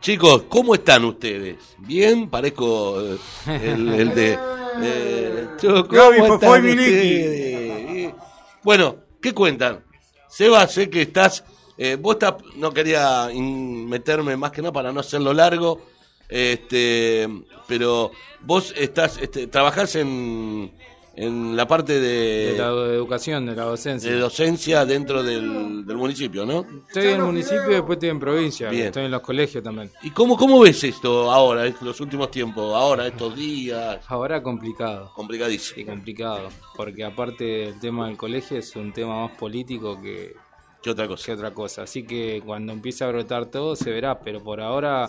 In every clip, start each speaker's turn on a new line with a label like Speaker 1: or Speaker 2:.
Speaker 1: Chicos, ¿cómo están ustedes? ¿Bien? Parezco eh, el, el de... eh, chicos, ¿cómo
Speaker 2: Gaby
Speaker 1: están
Speaker 2: Fofó y Miliki.
Speaker 1: ustedes? Eh, Bueno, ¿qué cuentan? Seba, sé que estás... eh, vos estás... No quería in- meterme más que nada para no hacerlo largo. Este, pero vos estás... Este, trabajás en, en la parte de,
Speaker 3: de la educación, de la docencia.
Speaker 1: de docencia dentro del, del municipio, ¿no?
Speaker 3: Estoy en el municipio y después estoy en provincia.
Speaker 1: Bien.
Speaker 3: Estoy en los colegios también.
Speaker 1: ¿Y cómo, cómo ves esto ahora, eh, los últimos tiempos, ahora, estos días?
Speaker 3: Ahora complicado.
Speaker 1: Complicadísimo.
Speaker 3: y complicado. Porque aparte el tema del colegio es un tema más político que,
Speaker 1: ¿Qué otra
Speaker 3: que
Speaker 1: cosa?
Speaker 3: otra cosa. Así que cuando empiece a brotar todo se verá. Pero por ahora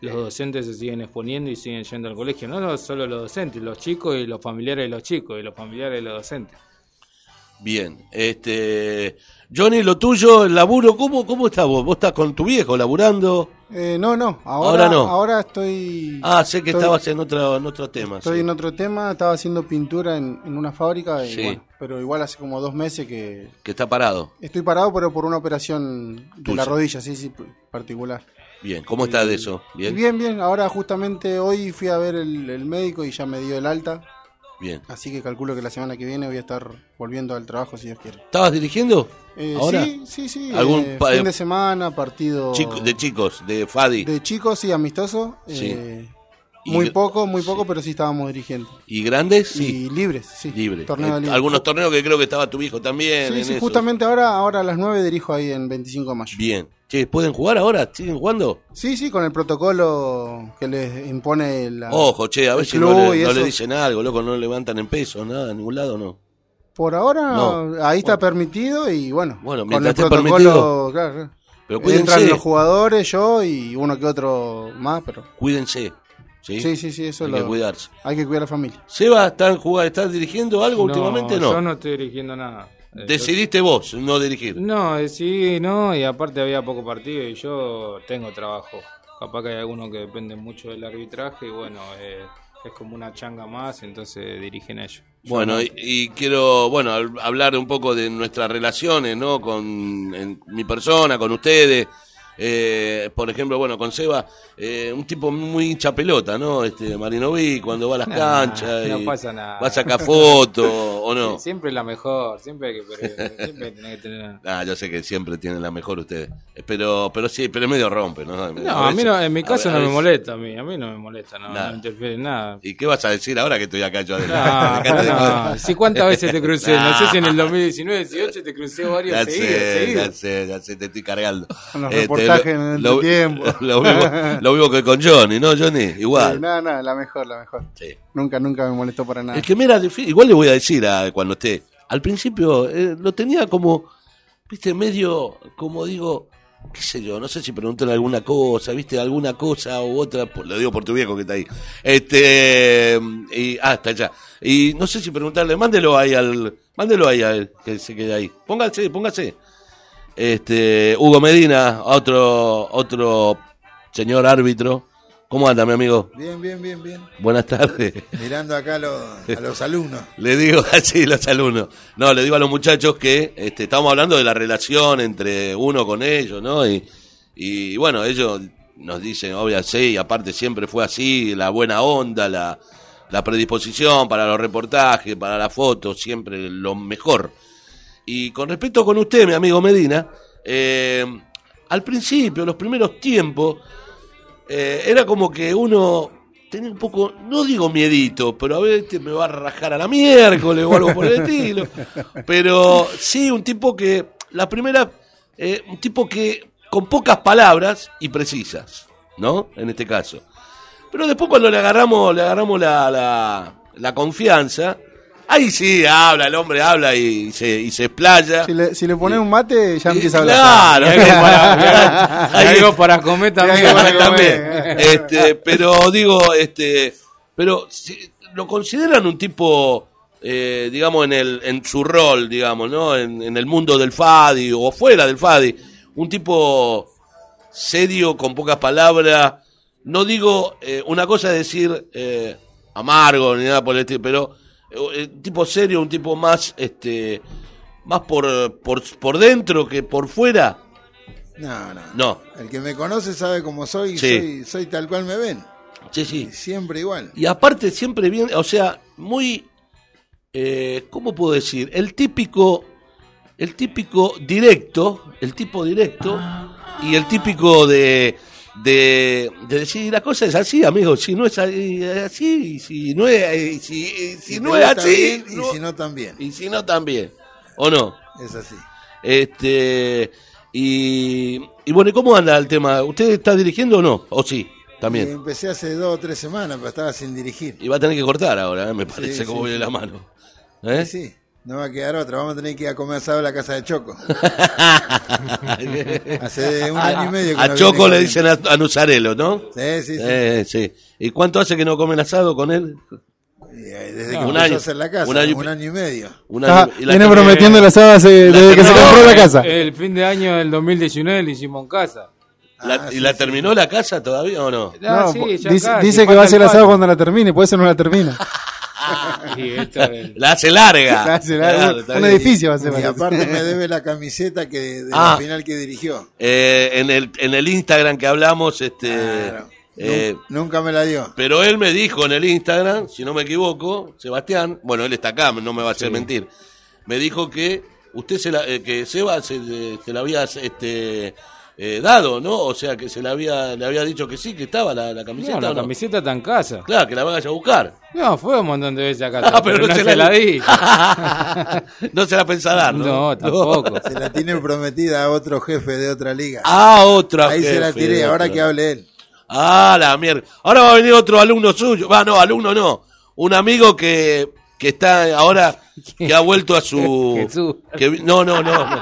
Speaker 3: los docentes se siguen exponiendo y siguen yendo al colegio. No lo- solo los docentes, los chicos y los familiares de los chicos y los familiares de los docentes.
Speaker 1: Bien. Este, Johnny, lo tuyo, el laburo, ¿cómo, cómo estás vos? ¿Vos estás con tu viejo laburando?
Speaker 2: Eh, no, no, ahora,
Speaker 1: Ahora no.
Speaker 2: ahora estoy.
Speaker 1: Ah, sé que
Speaker 2: estoy-
Speaker 1: estabas en otro, en otro tema.
Speaker 2: Estoy
Speaker 1: sí.
Speaker 2: en otro tema, estaba haciendo pintura en, en una fábrica, y
Speaker 1: Sí.
Speaker 2: bueno, pero igual hace como dos meses que
Speaker 1: Que está parado.
Speaker 2: estoy parado, pero por una operación de
Speaker 1: Tuya.
Speaker 2: la rodilla, sí, sí, particular.
Speaker 1: Bien, ¿cómo está de eso?
Speaker 2: Y
Speaker 1: Bien, bien.
Speaker 2: Eh, bien, bien, ahora justamente hoy fui a ver el, el médico y ya me dio el alta, así que calculo que la semana que viene voy a estar volviendo al trabajo si Dios quiere.
Speaker 1: ¿Estabas dirigiendo?
Speaker 2: Eh,
Speaker 1: ¿Ahora?
Speaker 2: Sí, sí, sí.
Speaker 1: ¿Algún
Speaker 2: eh,
Speaker 1: pa-
Speaker 2: fin de semana, partido
Speaker 1: Chico- de chicos, de Fadi.
Speaker 2: de chicos y amistoso.
Speaker 1: Sí.
Speaker 2: eh,
Speaker 1: Y
Speaker 2: muy
Speaker 1: gr-
Speaker 2: poco, muy poco, pero sí estábamos dirigiendo.
Speaker 1: ¿Y grandes? Sí.
Speaker 2: Y libres, sí.
Speaker 1: Libre.
Speaker 2: Torneo
Speaker 1: Eh,
Speaker 2: libre.
Speaker 1: Algunos torneos que creo que estaba tu hijo también.
Speaker 2: Sí,
Speaker 1: en
Speaker 2: sí,
Speaker 1: esos.
Speaker 2: justamente ahora, ahora a las 9 dirijo ahí en 25 de mayo.
Speaker 1: Bien. Che, ¿pueden jugar ahora? ¿Siguen jugando?
Speaker 2: Sí, sí, con el protocolo que les impone la...
Speaker 1: Ojo, che, a
Speaker 2: Ah. el
Speaker 1: ver si
Speaker 2: club
Speaker 1: no,
Speaker 2: y
Speaker 1: le, no
Speaker 2: eso.
Speaker 1: le dicen algo, loco, no levantan en peso, nada, en ningún lado, no.
Speaker 2: Por ahora
Speaker 1: No.
Speaker 2: ahí está permitido y bueno,
Speaker 1: Bueno,
Speaker 2: con
Speaker 1: mientras
Speaker 2: el
Speaker 1: esté
Speaker 2: protocolo,
Speaker 1: permitido.
Speaker 2: claro, claro.
Speaker 1: Pero cuídense.
Speaker 2: entran los jugadores, yo y uno que otro más, pero
Speaker 1: Cuídense, ¿sí?
Speaker 2: sí, sí, sí, eso
Speaker 1: Hay
Speaker 2: lo-
Speaker 1: que cuidarse.
Speaker 2: hay que cuidar a la familia.
Speaker 1: Seba, ¿están jugando, ¿estás dirigiendo algo últimamente? No.
Speaker 3: Yo no estoy dirigiendo nada. Eh,
Speaker 1: Decidiste vos no dirigir.
Speaker 3: No, decidí no, y aparte había poco partido y yo tengo trabajo. Capaz que hay algunos que dependen mucho del arbitraje y bueno, eh, es como una changa más, entonces dirigen ellos.
Speaker 1: Bueno, y, y quiero, bueno, hab- hablar un poco de nuestras relaciones, ¿no? Con en mi persona, con ustedes. Eh, por ejemplo, bueno, con Seba, eh, un tipo muy hincha pelota, ¿no? Este, Marinoví, cuando va a las
Speaker 3: Nah,
Speaker 1: canchas.
Speaker 3: no
Speaker 1: y
Speaker 3: pasa nada.
Speaker 1: Va a sacar fotos, ¿o no?
Speaker 3: Sí, Siempre es la mejor, siempre hay que, perder, siempre hay que tener que tener...
Speaker 1: Ah, yo sé que siempre tienen la mejor ustedes. Eh, Pero, pero sí, pero medio rompe, ¿no?
Speaker 3: No, a mí no, en mi caso
Speaker 1: A
Speaker 3: no
Speaker 1: ver,
Speaker 3: me
Speaker 1: a ver.
Speaker 3: molesta, a mí, a mí no me molesta, no,
Speaker 1: Nada.
Speaker 3: no interfiere en nada.
Speaker 1: ¿Y qué vas a decir ahora que estoy acá yo
Speaker 3: No,
Speaker 1: adelante?
Speaker 3: no, sí, ¿cuántas veces te crucé? No sé si en el 2019, 18 te crucé
Speaker 1: Ya
Speaker 3: varios seguidos,
Speaker 1: sé,
Speaker 3: seguidos.
Speaker 1: ya sé, ya sé, te estoy cargando.
Speaker 2: Con los
Speaker 1: Este,
Speaker 2: reportajes
Speaker 1: lo-
Speaker 2: en el
Speaker 1: lo-
Speaker 2: entretiempo.
Speaker 1: Lo mismo, lo mismo que con Johnny, ¿no, Johnny?
Speaker 2: Eh,
Speaker 1: Igual.
Speaker 2: no, no, la mejor, la mejor.
Speaker 1: Sí.
Speaker 2: Nunca, nunca me molestó para nada.
Speaker 1: Es que me era difícil. Igual le voy a decir a cuando esté. Al principio eh, lo tenía como, viste, medio, como digo, qué sé yo, no sé si preguntan alguna cosa, viste, alguna cosa u otra. por- Lo digo por tu viejo que está ahí. Este. Y, ah, está allá. Y no sé si preguntarle, mándelo ahí al. Mándelo ahí a él, que se quede ahí. Póngase, póngase. Este. Hugo Medina, otro. Otro señor árbitro. ¿Cómo anda, mi amigo?
Speaker 4: Bien, bien, bien, bien.
Speaker 1: Buenas tardes.
Speaker 4: Mirando acá a los, a los alumnos.
Speaker 1: Le digo así a los alumnos. No, le digo a los muchachos que este, estamos hablando de la relación entre uno con ellos, ¿no? Y, y bueno, ellos nos dicen, obvio, sí, y aparte siempre fue así, la buena onda, la, la predisposición para los reportajes, para las fotos, siempre lo mejor. Y con respecto con usted, mi amigo Medina, eh, al principio, los primeros tiempos, eh, era como que uno tenía un poco, no digo miedito, pero a ver, este me va a rajar a la miércoles o algo por el estilo. Pero sí, un tipo que, la primera, eh, un tipo que con pocas palabras y precisas, ¿no? En este caso. Pero después cuando le agarramos, le agarramos la, la, la confianza, ahí sí, habla, el hombre habla y se, y se explaya.
Speaker 2: Si le, si le pones un mate, ya
Speaker 1: Eh,
Speaker 2: empieza a hablar.
Speaker 1: Claro,
Speaker 3: Hay
Speaker 1: Ahí-
Speaker 3: algo para comer también.
Speaker 2: algo para
Speaker 1: también.
Speaker 2: comer.
Speaker 1: Este, pero digo, este, pero si- lo consideran un tipo, eh, digamos, en el, en su rol, digamos, ¿no? En, en el mundo del Fadi o fuera del Fadi, un tipo serio, con pocas palabras. No digo, eh, una cosa es decir eh, amargo ni nada por el estilo, pero eh, eh, tipo serio, un tipo más, este, más por, por, por dentro que por fuera.
Speaker 2: No, no.
Speaker 1: No.
Speaker 2: El que me conoce sabe cómo soy, y
Speaker 1: Sí.
Speaker 2: soy, soy tal cual me ven.
Speaker 1: Sí, sí.
Speaker 2: Y siempre igual.
Speaker 1: Y aparte siempre bien, o sea, muy, eh, ¿cómo puedo decir? El típico, el típico directo, el tipo directo y el típico de, de, de decir la cosa es así, amigo, si no es ahí, es así, y si no es, y si, y si
Speaker 2: te
Speaker 1: no es
Speaker 2: gusta
Speaker 1: así,
Speaker 2: bien,
Speaker 1: no-
Speaker 2: Y si no, también.
Speaker 1: y si no también, ¿o no?
Speaker 2: Es así.
Speaker 1: Este, y, y bueno, ¿y cómo anda el tema? ¿Usted está dirigiendo o no? ¿O sí?
Speaker 2: Y
Speaker 1: También.
Speaker 2: empecé hace dos o tres semanas, pero estaba sin dirigir.
Speaker 1: Y va a tener que cortar ahora, ¿eh? me parece,
Speaker 2: Sí,
Speaker 1: como
Speaker 2: sí,
Speaker 1: viene
Speaker 2: sí.
Speaker 1: la mano. ¿Eh?
Speaker 2: Y sí, no va a quedar otra. Vamos a tener que ir a comer asado a la casa de Choco. Hace un año y medio que
Speaker 1: a
Speaker 2: no
Speaker 1: Choco
Speaker 2: viene
Speaker 1: le dicen a, a Nusarello, ¿no?
Speaker 2: comiendo. Sí, sí, sí.
Speaker 1: Eh, sí. ¿Y cuánto hace que no comen asado con él?
Speaker 2: Y, eh, Desde que
Speaker 1: un
Speaker 2: empezó
Speaker 1: año,
Speaker 2: a hacer la casa,
Speaker 1: un
Speaker 2: un
Speaker 1: año y
Speaker 2: año,
Speaker 1: pi-
Speaker 2: y medio.
Speaker 1: Un
Speaker 5: Está-
Speaker 1: año- y la
Speaker 5: viene
Speaker 1: gente-
Speaker 5: prometiendo el asado hace- desde que se
Speaker 1: No,
Speaker 5: compró la casa.
Speaker 3: El fin de año del 2019 lo hicimos en casa.
Speaker 1: la-
Speaker 2: Ah,
Speaker 1: ¿Y
Speaker 2: sí,
Speaker 1: la
Speaker 2: sí.
Speaker 1: terminó la casa todavía o no?
Speaker 3: Ah,
Speaker 5: No,
Speaker 3: sí,
Speaker 5: po-
Speaker 3: ya
Speaker 5: dice,
Speaker 3: casi,
Speaker 5: dice que
Speaker 3: falta
Speaker 5: va a hacer
Speaker 3: el
Speaker 5: asado
Speaker 3: patio.
Speaker 5: cuando la termine, por eso no la termina.
Speaker 3: Sí, esto es-
Speaker 1: La hace larga.
Speaker 5: La hace larga.
Speaker 1: Claro, está
Speaker 5: Un
Speaker 1: bien.
Speaker 5: edificio. va a ser,
Speaker 2: Y
Speaker 5: parece.
Speaker 2: aparte me debe la camiseta que de
Speaker 1: Ah.
Speaker 2: la final que dirigió.
Speaker 1: Eh, en, el, en el Instagram que hablamos, este.
Speaker 2: Claro.
Speaker 1: eh,
Speaker 2: Nun- Nunca me la dio.
Speaker 1: Pero él me dijo en el Instagram, si no me equivoco, Sebastián, bueno, él está acá, no me va a hacer mentir, me dijo que usted se la, eh, que Seba se, eh, se la había este, eh, dado, ¿no? O sea, que se la había, le había dicho que sí, que estaba la, la camiseta.
Speaker 3: No, la
Speaker 1: ¿o no?
Speaker 3: camiseta está en casa.
Speaker 1: Claro, que la vayas a buscar.
Speaker 3: No, fue un montón de veces a casa.
Speaker 1: Ah,
Speaker 3: pero, no se la, di.
Speaker 1: no se la pensá dar, ¿no?
Speaker 3: No, tampoco.
Speaker 2: Se la tiene prometida a otro jefe de otra liga.
Speaker 1: Ah, otra.
Speaker 2: Ahí se la
Speaker 1: jefe,
Speaker 2: tiré, ahora
Speaker 1: otra.
Speaker 2: que hable él.
Speaker 1: Ah, la mierda. Ahora va a venir otro alumno suyo. Va, no, alumno no. Un amigo que, que está ahora, que ha vuelto a su...
Speaker 3: Jesús.
Speaker 1: que vi- no, no, no. No,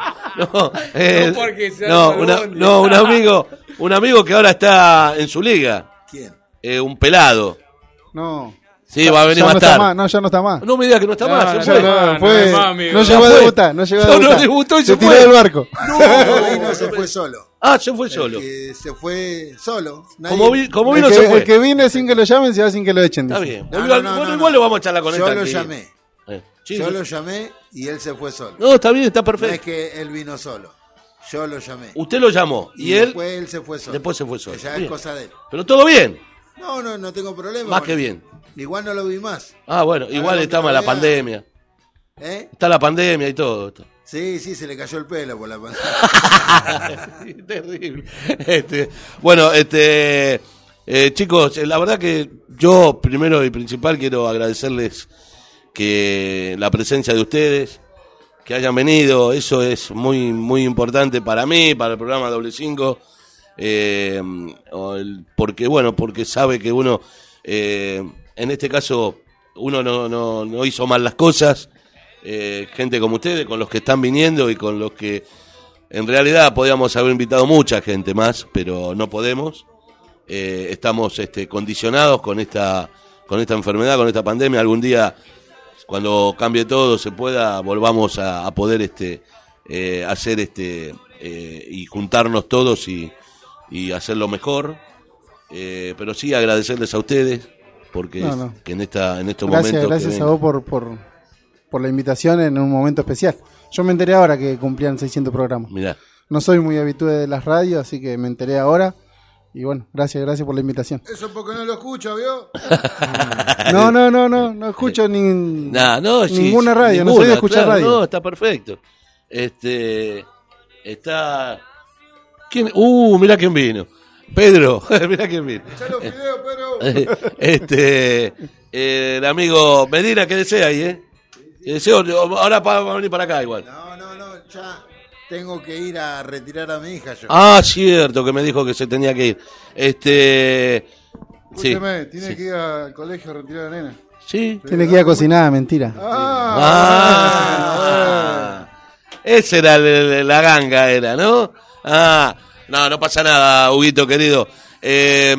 Speaker 1: no, eh,
Speaker 3: porque sea
Speaker 1: no,
Speaker 3: el
Speaker 1: una-
Speaker 3: Malbondi.
Speaker 1: no, un amigo un amigo que ahora está en su liga.
Speaker 2: ¿Quién?
Speaker 1: eh, un pelado.
Speaker 5: No.
Speaker 1: Sí, va a venir
Speaker 5: Ya
Speaker 1: más
Speaker 5: no está
Speaker 1: tarde.
Speaker 5: más. No, ya no está más.
Speaker 1: No me digas que no está
Speaker 3: No,
Speaker 1: más. se
Speaker 3: no,
Speaker 1: fue.
Speaker 5: Ya no,
Speaker 3: no,
Speaker 5: fue-
Speaker 3: es más, amigo.
Speaker 5: no
Speaker 1: Ya
Speaker 5: llegó a
Speaker 1: fue.
Speaker 5: debutar. No llegó a
Speaker 1: No, no
Speaker 5: debutar.
Speaker 1: debutó y se
Speaker 5: tiró
Speaker 1: fue.
Speaker 5: del barco.
Speaker 2: No, no se fue solo.
Speaker 1: Ah, se fue solo.
Speaker 5: Eh,
Speaker 2: Que se fue solo. Nadie-
Speaker 1: Como, vi- como
Speaker 5: el,
Speaker 1: vino,
Speaker 5: que,
Speaker 1: se
Speaker 5: el
Speaker 1: fue.
Speaker 5: que vino sin que lo llamen, se va sin que lo echen.
Speaker 1: Está
Speaker 5: dice.
Speaker 1: bien.
Speaker 2: No,
Speaker 1: Volvió al-
Speaker 2: no, no,
Speaker 1: bueno,
Speaker 2: no,
Speaker 1: igual
Speaker 2: no.
Speaker 1: lo vamos a charlar con él
Speaker 2: Yo lo
Speaker 1: tranquilo.
Speaker 2: llamé.
Speaker 1: Eh, sí,
Speaker 2: Yo
Speaker 1: sí.
Speaker 2: lo llamé y él se fue solo.
Speaker 1: No, está bien, está
Speaker 2: No es
Speaker 1: perfecto.
Speaker 2: que él vino solo. Yo lo llamé.
Speaker 1: Usted lo llamó y, él
Speaker 2: después él se fue solo.
Speaker 1: después se fue solo.
Speaker 2: Que Ya
Speaker 1: Bien.
Speaker 2: es cosa de él.
Speaker 1: Pero todo bien,
Speaker 2: No, no, no tengo problema.
Speaker 1: más
Speaker 2: con
Speaker 1: que
Speaker 2: él.
Speaker 1: bien.
Speaker 2: Igual no lo vi más.
Speaker 1: Ah, bueno, igual
Speaker 2: no,
Speaker 1: está
Speaker 2: pero
Speaker 1: la
Speaker 2: mira.
Speaker 1: pandemia.
Speaker 2: ¿Eh?
Speaker 1: Está la pandemia y todo. esto.
Speaker 2: Sí, sí, se le cayó el pelo por la pantalla.
Speaker 1: Terrible. Este, bueno, este, eh, chicos, eh, la verdad que yo primero y principal quiero agradecerles que la presencia de ustedes, que hayan venido, eso es muy muy importante para mí, para el programa Doble 5, eh, o el- porque bueno, porque sabe que uno, eh, en este caso, uno no, no, no hizo mal las cosas, eh, gente como ustedes, con los que están viniendo y con los que en realidad podíamos haber invitado mucha gente más, pero no podemos. Eh, estamos este, condicionados con esta, con esta enfermedad, con esta pandemia. Algún día, cuando cambie todo, se pueda, volvamos a, a poder este, eh, hacer este eh, y juntarnos todos y, y hacerlo mejor. Eh, pero sí agradecerles a ustedes porque
Speaker 5: No, no.
Speaker 1: que en esta en estos
Speaker 5: Gracias,
Speaker 1: momentos que
Speaker 5: gracias a
Speaker 1: ven-
Speaker 5: vos por, por, por la invitación en un momento especial. Yo me enteré ahora que cumplían 600 programas.
Speaker 1: mirá
Speaker 5: No soy muy habitué de las radios, así que me enteré ahora. Y bueno, gracias, gracias por la invitación.
Speaker 2: Eso porque no lo escucho, ¿vio?
Speaker 5: No, no, no, no, no escucho ni...
Speaker 1: Nah, no, sí,
Speaker 5: Ninguna
Speaker 1: sí,
Speaker 5: radio, no soy de escuchar radio.
Speaker 1: No, está perfecto. Este. Está. ¿Quién? Uh, mirá quién vino. Pedro, mirá quién vino.
Speaker 2: Ya los videos, pero.
Speaker 1: Eh, este. eh, el amigo Medina, ¿qué desea ahí, eh? ¿Qué desea? O- Ahora pa- va a venir para acá igual.
Speaker 2: No, no, no, ya tengo que ir a retirar a mi hija yo.
Speaker 1: Ah, cierto, que me dijo que se tenía que ir. Este. Sí.
Speaker 6: Escúcheme, tiene que ir al colegio a retirar a la nena.
Speaker 1: Sí.
Speaker 5: Tiene que ir a cocinar, mentira.
Speaker 6: Ah,
Speaker 1: Ah, esa era la, la ganga, era, ¿no? Ah, no, no pasa nada, Huguito querido. Eh,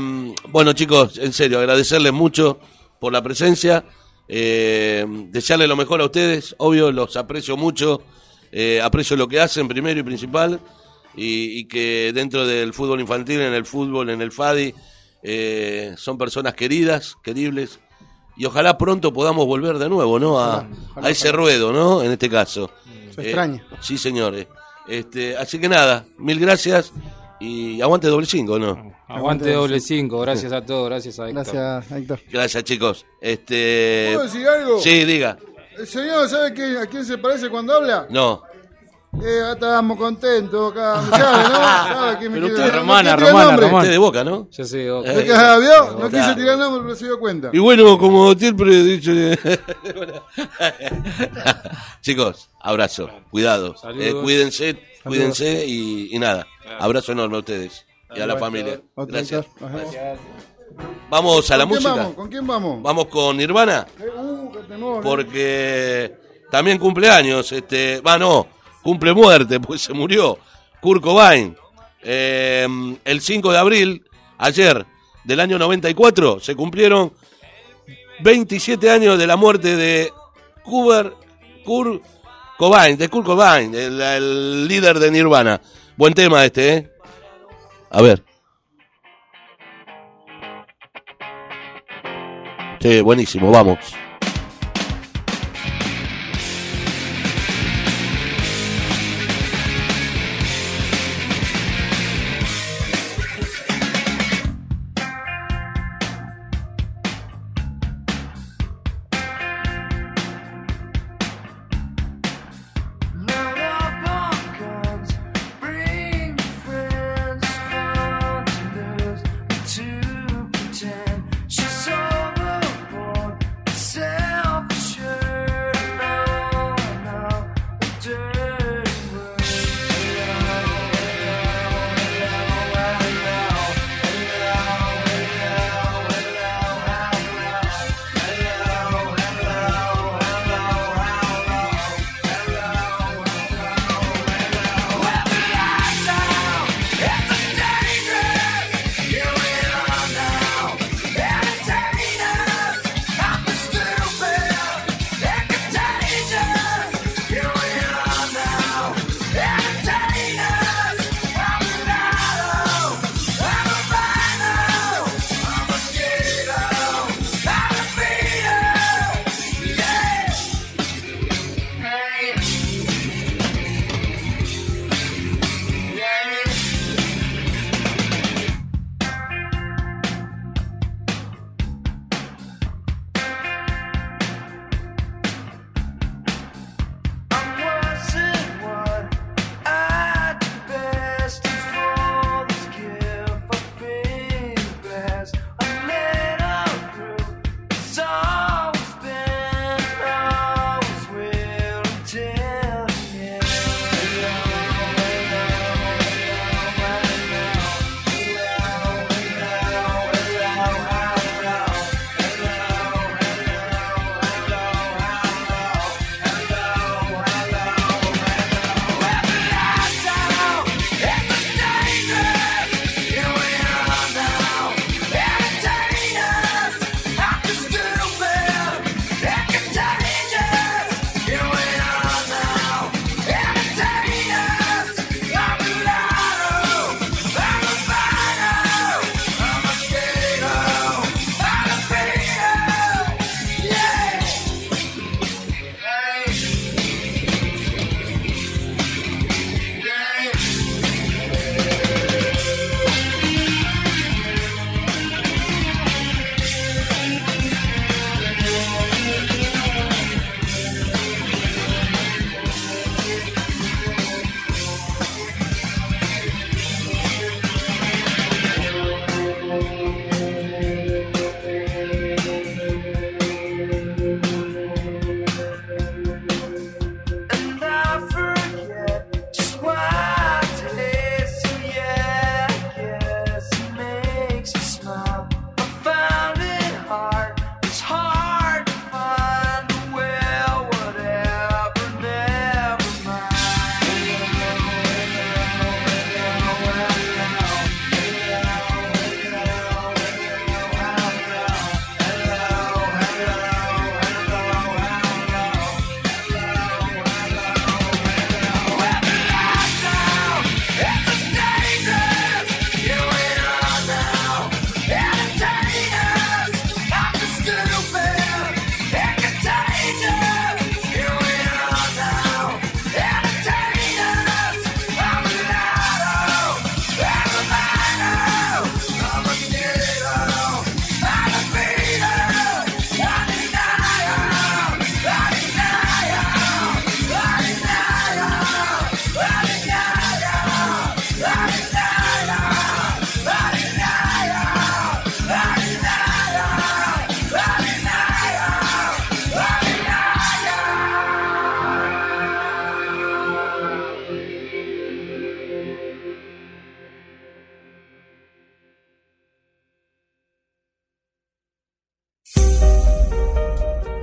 Speaker 1: bueno, chicos, en serio, agradecerles mucho por la presencia. Eh, desearles lo mejor a ustedes. Obvio, los aprecio mucho. eh, aprecio lo que hacen, primero y principal. Y, y que dentro del fútbol infantil, en el fútbol, en el FADI, eh, son personas queridas, queribles, y ojalá pronto podamos volver de nuevo, ¿no? A, a ese ruedo, ¿no? En este caso.
Speaker 5: Se extraña.
Speaker 1: Sí, señores. Este, así que nada, mil gracias y aguante doble cinco, ¿no?
Speaker 3: Aguante doble cinco, gracias a todos, gracias a Héctor.
Speaker 2: Gracias, Héctor.
Speaker 1: Gracias, chicos. Este.
Speaker 5: ¿Puedo decir algo?
Speaker 1: Sí, diga.
Speaker 5: El Eh, señor, ¿sabe qué- a quién se parece cuando habla?
Speaker 1: No.
Speaker 5: Eh, acá estábamos contentos acá. ¿Sabe, no? ¿Sabe quién me
Speaker 3: Pero
Speaker 5: quiere-
Speaker 3: usted
Speaker 5: no
Speaker 3: romana,
Speaker 5: quiere tirar
Speaker 3: romana,
Speaker 5: nombre?
Speaker 3: romana.
Speaker 1: Usted Este de boca, ¿no?
Speaker 3: Yo soy de Boca.
Speaker 1: Eh,
Speaker 5: ¿Ve que ah, vio? No
Speaker 1: Claro.
Speaker 5: quise tirar nombre, pero se dio cuenta.
Speaker 1: Y bueno, como siempre dice. Chicos, abrazo, cuidado.
Speaker 3: Saludos.
Speaker 1: eh, cuídense, cuídense y, y nada. Abrazo enorme a ustedes y a la familia.
Speaker 2: Otro
Speaker 1: Gracias.
Speaker 2: Héctor, nos vemos.
Speaker 1: Vamos a la
Speaker 5: ¿Con quién
Speaker 1: música.
Speaker 5: vamos? ¿Con quién vamos?
Speaker 1: Vamos con Nirvana,
Speaker 5: Eh, uh, que tenemos-
Speaker 1: porque también cumpleaños. Este, va, no, cumple muerte, pues se murió. Kurt Cobain. Eh, el 5 de abril, ayer, del año 94, se cumplieron 27 años de la muerte de Kuber, Kurt Cobain, de Kurt Cobain, el, el líder de Nirvana. Buen tema este, ¿eh? A ver. Sí, buenísimo, vamos.
Speaker 7: She's overboard, say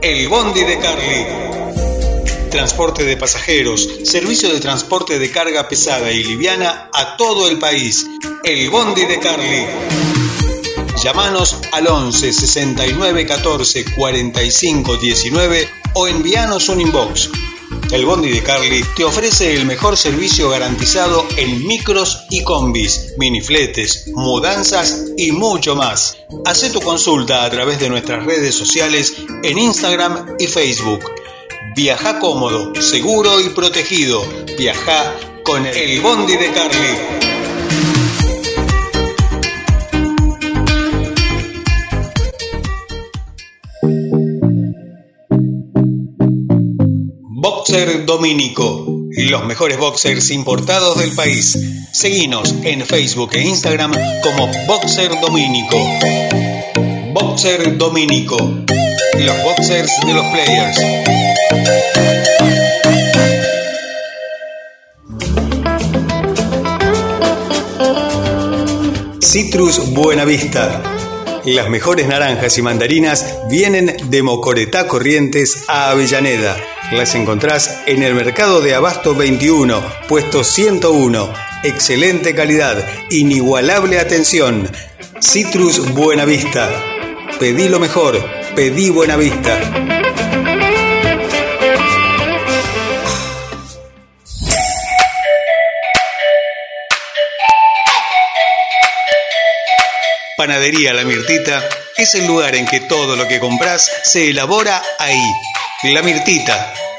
Speaker 8: El Bondi de Carly. Transporte de pasajeros, servicio de transporte de carga pesada y liviana a todo el país. El Bondi de Carly. Llámanos al 11 69 14 45 19 o envíanos un inbox. El Bondi de Carly te ofrece el mejor servicio garantizado en micros y combis, minifletes, mudanzas y mucho más. Haz tu consulta a través de nuestras redes sociales en Instagram y Facebook. Viaja cómodo, seguro y protegido. Viaja con el Bondi de Carly. Boxer Dominico, los mejores boxers importados del país. Seguinos en Facebook e Instagram como Boxer Dominico. Boxer Dominico, los boxers de los players. Citrus Buenavista. Las mejores naranjas y mandarinas vienen de Mocoretá Corrientes a Avellaneda. Las encontrás en el mercado de Abasto 21, puesto 101. Excelente calidad, inigualable atención. Citrus Buenavista. Pedí lo mejor, pedí Buenavista. Panadería La Mirtita es el lugar en que todo lo que compras se elabora ahí. La Mirtita.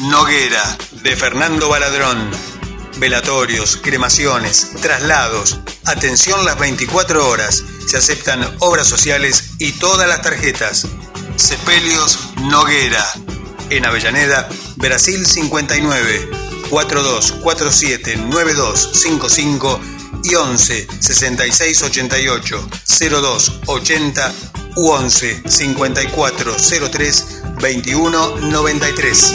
Speaker 8: Noguera, de Fernando Baladrón. Velatorios, cremaciones, traslados, atención las 24 horas. Se aceptan obras sociales y todas las tarjetas. Sepelios Noguera, en Avellaneda, Brasil 59, 4247 9255 y 11 6688 0280 u 11 5403 2193.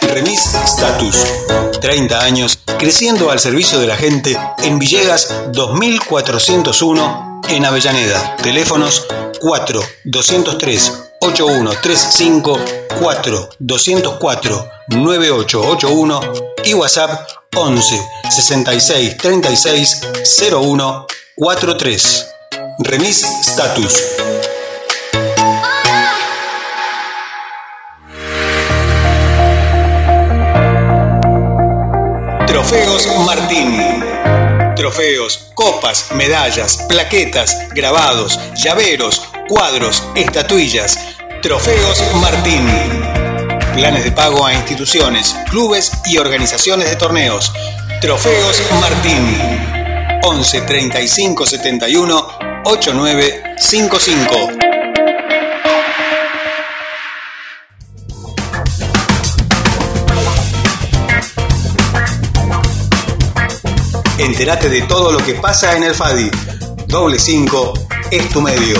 Speaker 8: Remis Status. 30 años creciendo al servicio de la gente en Villegas 2401 en Avellaneda. Teléfonos 4 203 8135 4 204 9881 y WhatsApp 11 66 36 01 43. Remis Status. Trofeos Martín. Trofeos, copas, medallas, plaquetas, grabados, llaveros, cuadros, estatuillas. Trofeos Martín. Planes de pago a instituciones, clubes y organizaciones de torneos. Trofeos Martín. 11 35 71 8955. Entérate de todo lo que pasa en el FADI. Doble 5 es tu medio.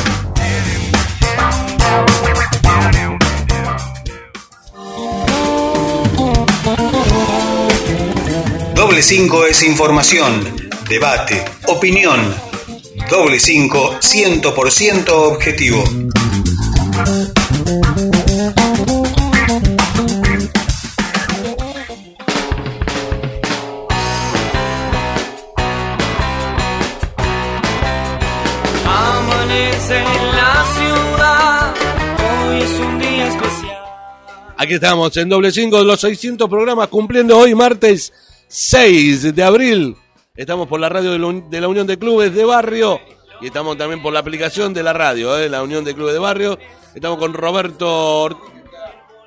Speaker 8: Doble 5 es información, debate, opinión. Doble 5, 100% objetivo.
Speaker 1: Aquí estamos en doble cinco, los 600 programas cumpliendo hoy martes 6 de abril. Estamos por la radio de la Un- de la Unión de Clubes de Barrio y estamos también por la aplicación de la radio, ¿eh? la Unión de Clubes de Barrio. Estamos con Roberto Or-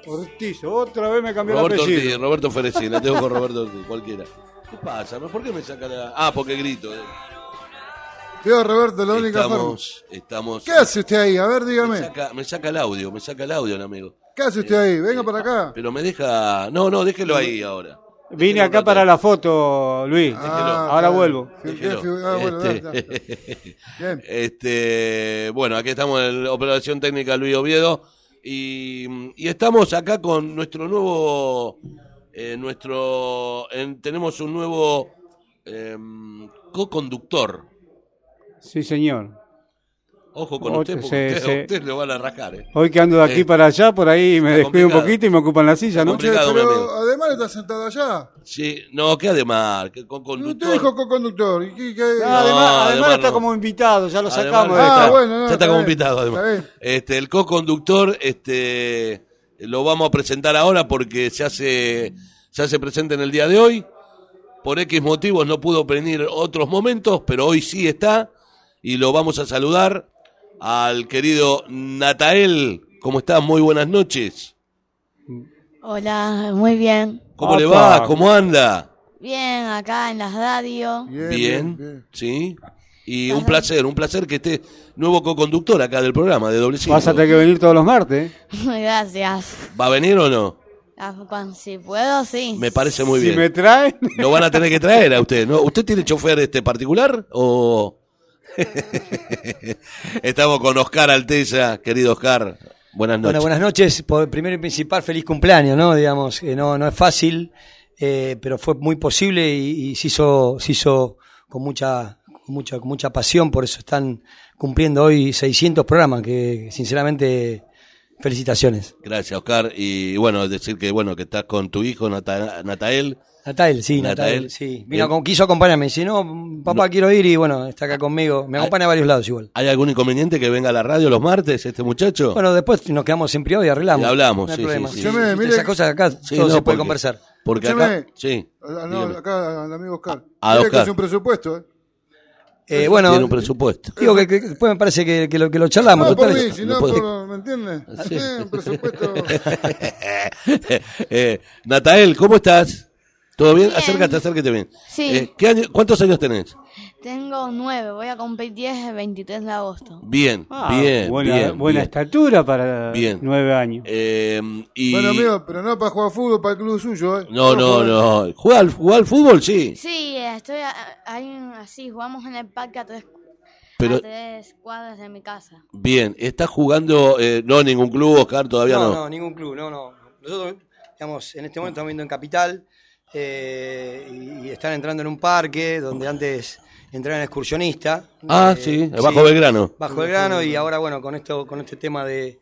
Speaker 5: Ortiz, otra vez me cambió el
Speaker 1: Roberto
Speaker 5: apellido.
Speaker 1: Ortiz, Roberto Ferecina, tengo con Roberto Ortiz, cualquiera. ¿Qué pasa? ¿Por qué me saca la.? Ah, porque grito. eh.
Speaker 5: Tío Roberto, la única forma.
Speaker 1: Estamos. estamos
Speaker 5: ¿Qué hace usted ahí? A ver,
Speaker 1: me,
Speaker 5: dígame.
Speaker 1: saca, me saca el audio, me saca el audio, el amigo.
Speaker 5: ¿Qué hace usted ahí? Venga para acá.
Speaker 1: Pero me deja. No, no, déjelo ahí ahora.
Speaker 9: Vine acá para la foto, Luis. Ahora
Speaker 5: claro.
Speaker 9: vuelvo.
Speaker 5: Sí,
Speaker 1: Déjelo.
Speaker 5: sí, ah, bueno, ya, ya.
Speaker 1: Este,
Speaker 5: Bien.
Speaker 1: este, bueno, aquí estamos en la Operación Técnica Luis Oviedo y, y estamos acá con nuestro nuevo, eh, nuestro, en- tenemos un nuevo em, co-conductor.
Speaker 9: Sí, señor.
Speaker 1: Ojo con
Speaker 9: Otro,
Speaker 1: usted,
Speaker 9: Oh, sí,
Speaker 1: porque usted,
Speaker 9: sí.
Speaker 1: usted lo van a rascar. eh.
Speaker 9: Hoy que ando de aquí
Speaker 1: Eh,
Speaker 9: para allá, por ahí me
Speaker 1: está
Speaker 9: descuido un
Speaker 1: complicado.
Speaker 9: poquito y me ocupan la silla, ¿no?
Speaker 1: Está complicado, mi
Speaker 5: Pero
Speaker 1: amigo.
Speaker 5: Eh, además está sentado allá.
Speaker 1: Sí, no, que además, que
Speaker 5: Usted
Speaker 1: co-conductor.
Speaker 5: dijo co-conductor. ¿Y qué- qué-
Speaker 1: No,
Speaker 9: Ah, además, además
Speaker 1: además
Speaker 9: está
Speaker 1: no.
Speaker 9: como invitado, ya lo
Speaker 1: Además,
Speaker 9: sacamos. de
Speaker 1: ya
Speaker 5: Ah,
Speaker 1: está,
Speaker 9: acá.
Speaker 5: bueno, no,
Speaker 1: ya está
Speaker 5: está
Speaker 1: como
Speaker 5: bien,
Speaker 1: invitado, además.
Speaker 5: está bien.
Speaker 1: Este, el co-conductor este, lo vamos a presentar ahora porque se hace, se hace presente en el día de hoy. Por X motivos no pudo venir otros momentos, pero hoy sí está. Y lo vamos a saludar al querido Natael. ¿Cómo estás? Muy buenas noches.
Speaker 10: Hola, muy bien.
Speaker 1: ¿Cómo le
Speaker 9: Opa.
Speaker 1: va? ¿Cómo anda?
Speaker 10: Bien, acá en la radio.
Speaker 1: Bien,
Speaker 5: bien.
Speaker 1: ¿sí? Y un placer, un placer que esté nuevo co-conductor acá del programa de Doble Cinco.
Speaker 9: Vas a tener que venir todos los martes. ¿eh?
Speaker 10: Gracias.
Speaker 1: ¿Va a venir o no?
Speaker 10: Ah, cuan- Si puedo, sí.
Speaker 1: Me parece muy
Speaker 9: si
Speaker 1: bien.
Speaker 9: me traen.
Speaker 1: Lo van a tener que traer a usted, ¿no? ¿Usted tiene chofer este particular o...? Estamos con Oscar Alteza, querido Oscar. Buenas noches.
Speaker 11: Bueno, buenas noches. Por primero y principal, feliz cumpleaños, ¿no? Digamos, eh, no, no es fácil, eh, pero fue muy posible y, y se hizo, se hizo con mucha, con mucha, con mucha pasión, por eso están cumpliendo hoy 600 programas, que sinceramente, felicitaciones.
Speaker 1: Gracias, Oscar. Y bueno, decir que bueno que estás con tu hijo, Nata- Natael.
Speaker 11: Natael, sí, Natael,
Speaker 1: Natael.
Speaker 11: sí.
Speaker 1: Bien.
Speaker 11: Vino, con- quiso acompañarme, si no, papá, quiero ir y bueno, está acá conmigo. Me acompaña a varios lados igual.
Speaker 1: ¿Hay algún inconveniente que venga a la radio los martes este muchacho?
Speaker 11: Bueno, después nos quedamos en privado y arreglamos.
Speaker 1: Y hablamos,
Speaker 11: no hay
Speaker 1: sí,
Speaker 11: problema.
Speaker 1: sí, sí.
Speaker 11: Viste,
Speaker 5: Escúcheme, mire-
Speaker 11: Esas cosas acá todo
Speaker 1: Sí, no,
Speaker 11: se puede
Speaker 1: porque-
Speaker 11: conversar.
Speaker 1: Porque acá...
Speaker 5: Escúcheme.
Speaker 1: Sí.
Speaker 5: Ah, no,
Speaker 1: dígame. Ah,
Speaker 5: acá al amigo Oscar.
Speaker 1: A- a
Speaker 5: Mire
Speaker 1: Oscar.
Speaker 5: que es un presupuesto, ¿eh?
Speaker 11: Eh, bueno,
Speaker 1: Tiene un presupuesto.
Speaker 11: Digo que, que después me parece que, que lo, que lo charlamos.
Speaker 5: No, por
Speaker 11: total.
Speaker 5: mí, si no,
Speaker 1: no puede- Ah,
Speaker 5: por- ¿me entiendes? Sí, un presupuesto.
Speaker 1: Eh, Natael, ¿cómo estás? ¿Todo bien?
Speaker 10: Bien.
Speaker 1: Acércate, acércate bien.
Speaker 10: Sí.
Speaker 1: Eh, ¿qué año- ¿Cuántos años tenés?
Speaker 10: Tengo nueve, voy a cumplir 10 el 23 de agosto.
Speaker 1: Bien,
Speaker 9: Ah,
Speaker 1: bien,
Speaker 9: buena
Speaker 1: bien,
Speaker 9: buena
Speaker 1: bien.
Speaker 9: estatura para
Speaker 1: Bien.
Speaker 9: nueve años.
Speaker 1: Eh, y...
Speaker 5: Bueno, amigo, pero no para jugar fútbol para el club suyo, ¿eh?
Speaker 1: No, no, no. ¿Juega al, juega al fútbol? Sí.
Speaker 10: Sí, estoy a- ahí en- así, jugamos en el parque a tres,
Speaker 1: Pero
Speaker 10: a tres cuadras de mi casa.
Speaker 1: bien, está jugando. eh, no, ningún club, Oscar, todavía
Speaker 11: no,
Speaker 1: no.
Speaker 11: no, ningún club, no, no. Nosotros, digamos, en este momento estamos viendo en Capital eh, y, y están entrando en un parque donde antes entraban excursionistas.
Speaker 1: Ah,
Speaker 11: Eh,
Speaker 1: sí, bajo Belgrano.
Speaker 11: Bajo el grano y ahora, bueno, con, esto, con este tema de,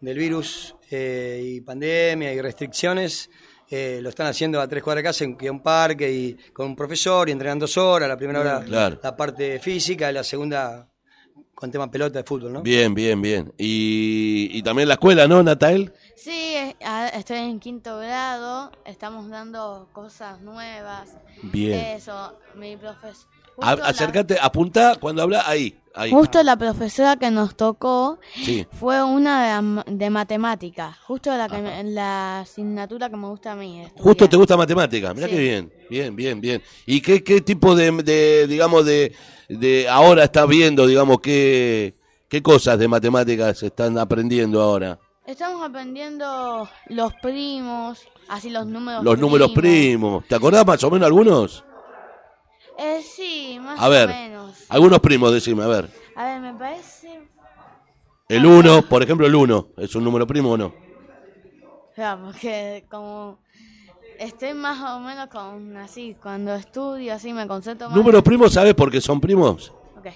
Speaker 11: del virus eh, y pandemia y restricciones, eh, lo están haciendo a tres cuadras de casa en que un parque y con un profesor y entrenan dos horas. La primera hora
Speaker 1: Claro.
Speaker 11: la parte física y la segunda con tema pelota de fútbol, ¿no?
Speaker 1: Bien, bien, bien. Y, y también la escuela, ¿no, Natael?
Speaker 10: Sí, es- a- estoy en quinto grado, estamos dando cosas nuevas.
Speaker 1: Bien. Ah,
Speaker 10: Eso, mi profesor.
Speaker 1: A- acércate, apunta cuando habla ahí. ahí.
Speaker 10: Justo la profesora que nos tocó
Speaker 1: Sí.
Speaker 10: fue una de, am- de matemáticas, justo la, que me- la asignatura que me gusta a mí. estudiar.
Speaker 1: Justo te gusta matemática, mirá
Speaker 10: Sí.
Speaker 1: qué bien, bien, bien, bien. ¿Y qué, qué tipo de, de, digamos, de, de ahora estás viendo, digamos, qué, qué cosas de matemáticas están aprendiendo ahora?
Speaker 10: Estamos aprendiendo los primos, así los números
Speaker 1: Los números primos. ¿Te acordás más o menos algunos?
Speaker 10: Eh, sí, más
Speaker 1: A
Speaker 10: o
Speaker 1: ver,
Speaker 10: menos.
Speaker 1: algunos primos, decime, a ver.
Speaker 10: A ver, me parece...
Speaker 1: El 1, por ejemplo, el 1, ¿es un número primo o no?
Speaker 10: Ya, porque como... Estoy más o menos con así, cuando estudio así me concentro más.
Speaker 1: Números primos, ¿sabes por qué son primos?
Speaker 10: Ok.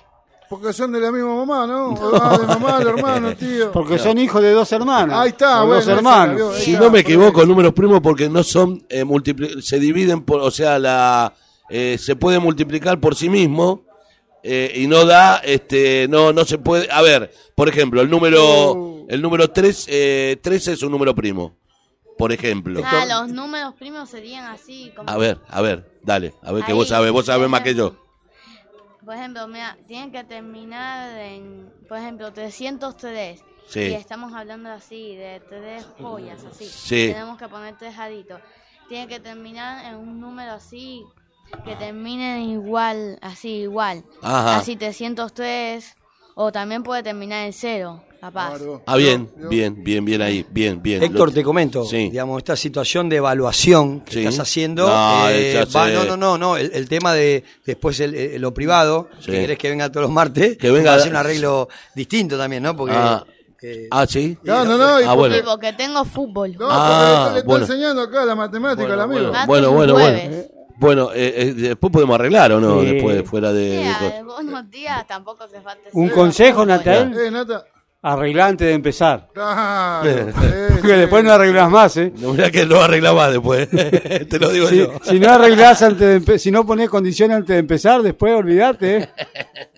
Speaker 5: Porque son de la misma mamá, ¿no? Ah, de mamá, de hermano, tío.
Speaker 9: Porque son hijos de dos hermanos.
Speaker 5: Ahí está,
Speaker 9: o
Speaker 5: bueno,
Speaker 9: dos
Speaker 5: esa la
Speaker 9: hermanos.
Speaker 11: eh,
Speaker 5: vio,
Speaker 1: Si
Speaker 5: esa,
Speaker 1: no me
Speaker 5: por ahí.
Speaker 1: equivoco, números primos porque no son eh, multipli- se dividen por, o sea, la eh, se puede multiplicar por sí mismo eh, y no da este no no se puede,
Speaker 11: Uh.
Speaker 1: a ver, por ejemplo, el número el número 3 eh, 13 es un número primo. por ejemplo.
Speaker 10: Ah, los números primos serían así. Como,
Speaker 1: A ver, a ver, dale, a ver que
Speaker 10: Ahí,
Speaker 1: vos sabés, vos sabés más que yo.
Speaker 10: Por ejemplo, mira, tienen que terminar en, por ejemplo, 303.
Speaker 1: Sí.
Speaker 10: Y estamos hablando así, de tres joyas, así.
Speaker 1: Sí.
Speaker 10: Tenemos que poner tres aritos. Tienen que terminar en un número así, que terminen igual, así, igual.
Speaker 1: Ajá.
Speaker 10: Así 303, o también puede terminar en cero, capaz.
Speaker 1: Ah, bien, bien, bien, bien ahí, bien, bien.
Speaker 11: Héctor,
Speaker 1: Lo-
Speaker 11: te comento, digamos, esta situación de evaluación que
Speaker 1: Sí.
Speaker 11: estás haciendo,
Speaker 1: No,
Speaker 11: eh,
Speaker 1: ya sé.
Speaker 11: va- no, no, no, no, el, el tema de después el- eh, lo privado,
Speaker 1: Sí.
Speaker 11: que querés que venga todos los martes,
Speaker 1: Que venga-
Speaker 11: va a ser un arreglo distinto también, ¿no? Porque
Speaker 1: Ah,
Speaker 11: eh,
Speaker 1: ah, sí.
Speaker 11: No, no, no, y
Speaker 1: Ah, bueno.
Speaker 10: Sí, porque tengo fútbol.
Speaker 5: No,
Speaker 1: Ah,
Speaker 5: porque le, le
Speaker 1: bueno.
Speaker 5: está enseñando acá la matemática al amigo.
Speaker 1: Bueno, bueno, bueno. Bueno, Bueno, eh, eh, después podemos arreglar o no,
Speaker 9: Sí.
Speaker 1: después fuera de... de
Speaker 10: Sí,
Speaker 1: cosas.
Speaker 10: algunos días tampoco se falta.
Speaker 9: Un consejo, Natal,
Speaker 5: Eh, Nata.
Speaker 9: arreglá antes de empezar.
Speaker 5: Claro.
Speaker 1: Eh.
Speaker 5: eh,
Speaker 9: Porque después no arreglás más, ¿eh?
Speaker 1: No, mirá que no arreglás más después, ¿eh? te lo digo
Speaker 9: Si-
Speaker 1: yo.
Speaker 9: Si no arreglás antes de empe- si no ponés condiciones antes de empezar, después olvidate, ¿eh?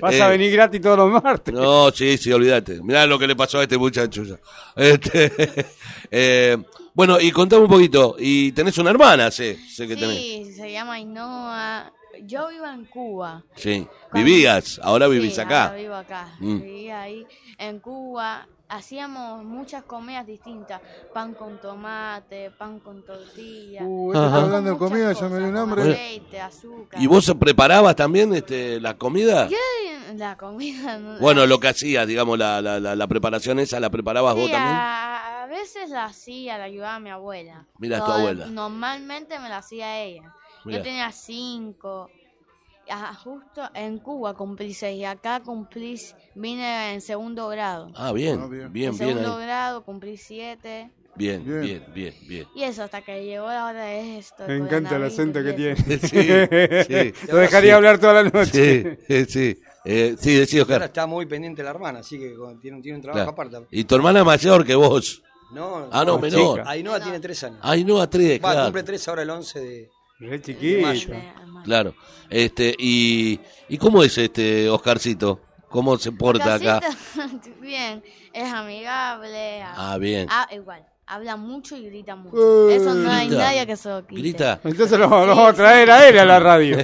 Speaker 9: Vas a
Speaker 1: Eh.
Speaker 9: venir gratis todos los martes.
Speaker 1: No, sí, sí, olvídate. Mirá lo que le pasó a este muchacho ya. Este, eh, bueno, y contame un poquito. Y tenés una hermana, sé, sé que tenés.
Speaker 10: Sí, se llama Ainhoa. Yo vivo en Cuba.
Speaker 1: Sí. Vivías, ahora vivís
Speaker 10: Sí,
Speaker 1: acá.
Speaker 10: ahora vivo acá.
Speaker 1: Mm.
Speaker 10: Vivía ahí en Cuba. Hacíamos muchas comidas distintas. Pan con tomate, pan con tortilla.
Speaker 5: Uh, este
Speaker 1: Ajá.
Speaker 5: está hablando de comida, ya me dio un hambre.
Speaker 10: Aceite, azúcar.
Speaker 1: ¿Y vos preparabas también este, la comida?
Speaker 10: ¿Qué? La comida. no-
Speaker 1: Bueno, lo que hacías, digamos, la, la, la, la preparación esa, ¿la preparabas vos
Speaker 10: Sí,
Speaker 1: también?
Speaker 10: a, a veces la hacía, la ayudaba a mi abuela.
Speaker 1: Mira, tu
Speaker 10: No,
Speaker 1: abuela.
Speaker 10: Normalmente me la hacía ella.
Speaker 1: Mira.
Speaker 10: Yo tenía cinco. Ajá, justo en Cuba cumplí seis y acá cumplí, vine en segundo grado.
Speaker 1: Ah, bien, Ah, bien. bien,
Speaker 10: En
Speaker 1: bien
Speaker 10: segundo
Speaker 1: ahí.
Speaker 10: grado cumplí siete.
Speaker 1: Bien, bien, bien, bien.
Speaker 10: Y eso, hasta que llegó la hora de esto.
Speaker 9: Me encanta el acento que tiene.
Speaker 1: Sí, sí.
Speaker 9: Lo dejaría
Speaker 1: Sí.
Speaker 9: hablar toda la noche.
Speaker 1: Sí, eh, sí. Eh, sí, decí,
Speaker 11: ahora
Speaker 1: Oscar.
Speaker 11: está muy pendiente la hermana, así que con- tiene, tiene un trabajo
Speaker 1: Claro.
Speaker 11: aparte.
Speaker 1: Y tu hermana es mayor que vos.
Speaker 11: No,
Speaker 1: Ah, no, menor. Ah,
Speaker 11: Ainhoa tiene tres años.
Speaker 1: Ainhoa tres,
Speaker 11: Va,
Speaker 1: claro.
Speaker 11: cumple tres ahora el 11 de...
Speaker 9: Re
Speaker 11: de mayo.
Speaker 1: Claro. Este, y, ¿Y cómo es este Oscarcito? ¿Cómo se porta acá?
Speaker 10: Casita, bien, es amigable.
Speaker 1: Ah, bien.
Speaker 10: Ah, igual, habla mucho y grita mucho.
Speaker 9: Eh,
Speaker 10: eso no hay
Speaker 1: grita.
Speaker 10: nadie que se lo quite.
Speaker 1: ¿Grita?
Speaker 9: Entonces lo, lo vamos a traer a él a la radio.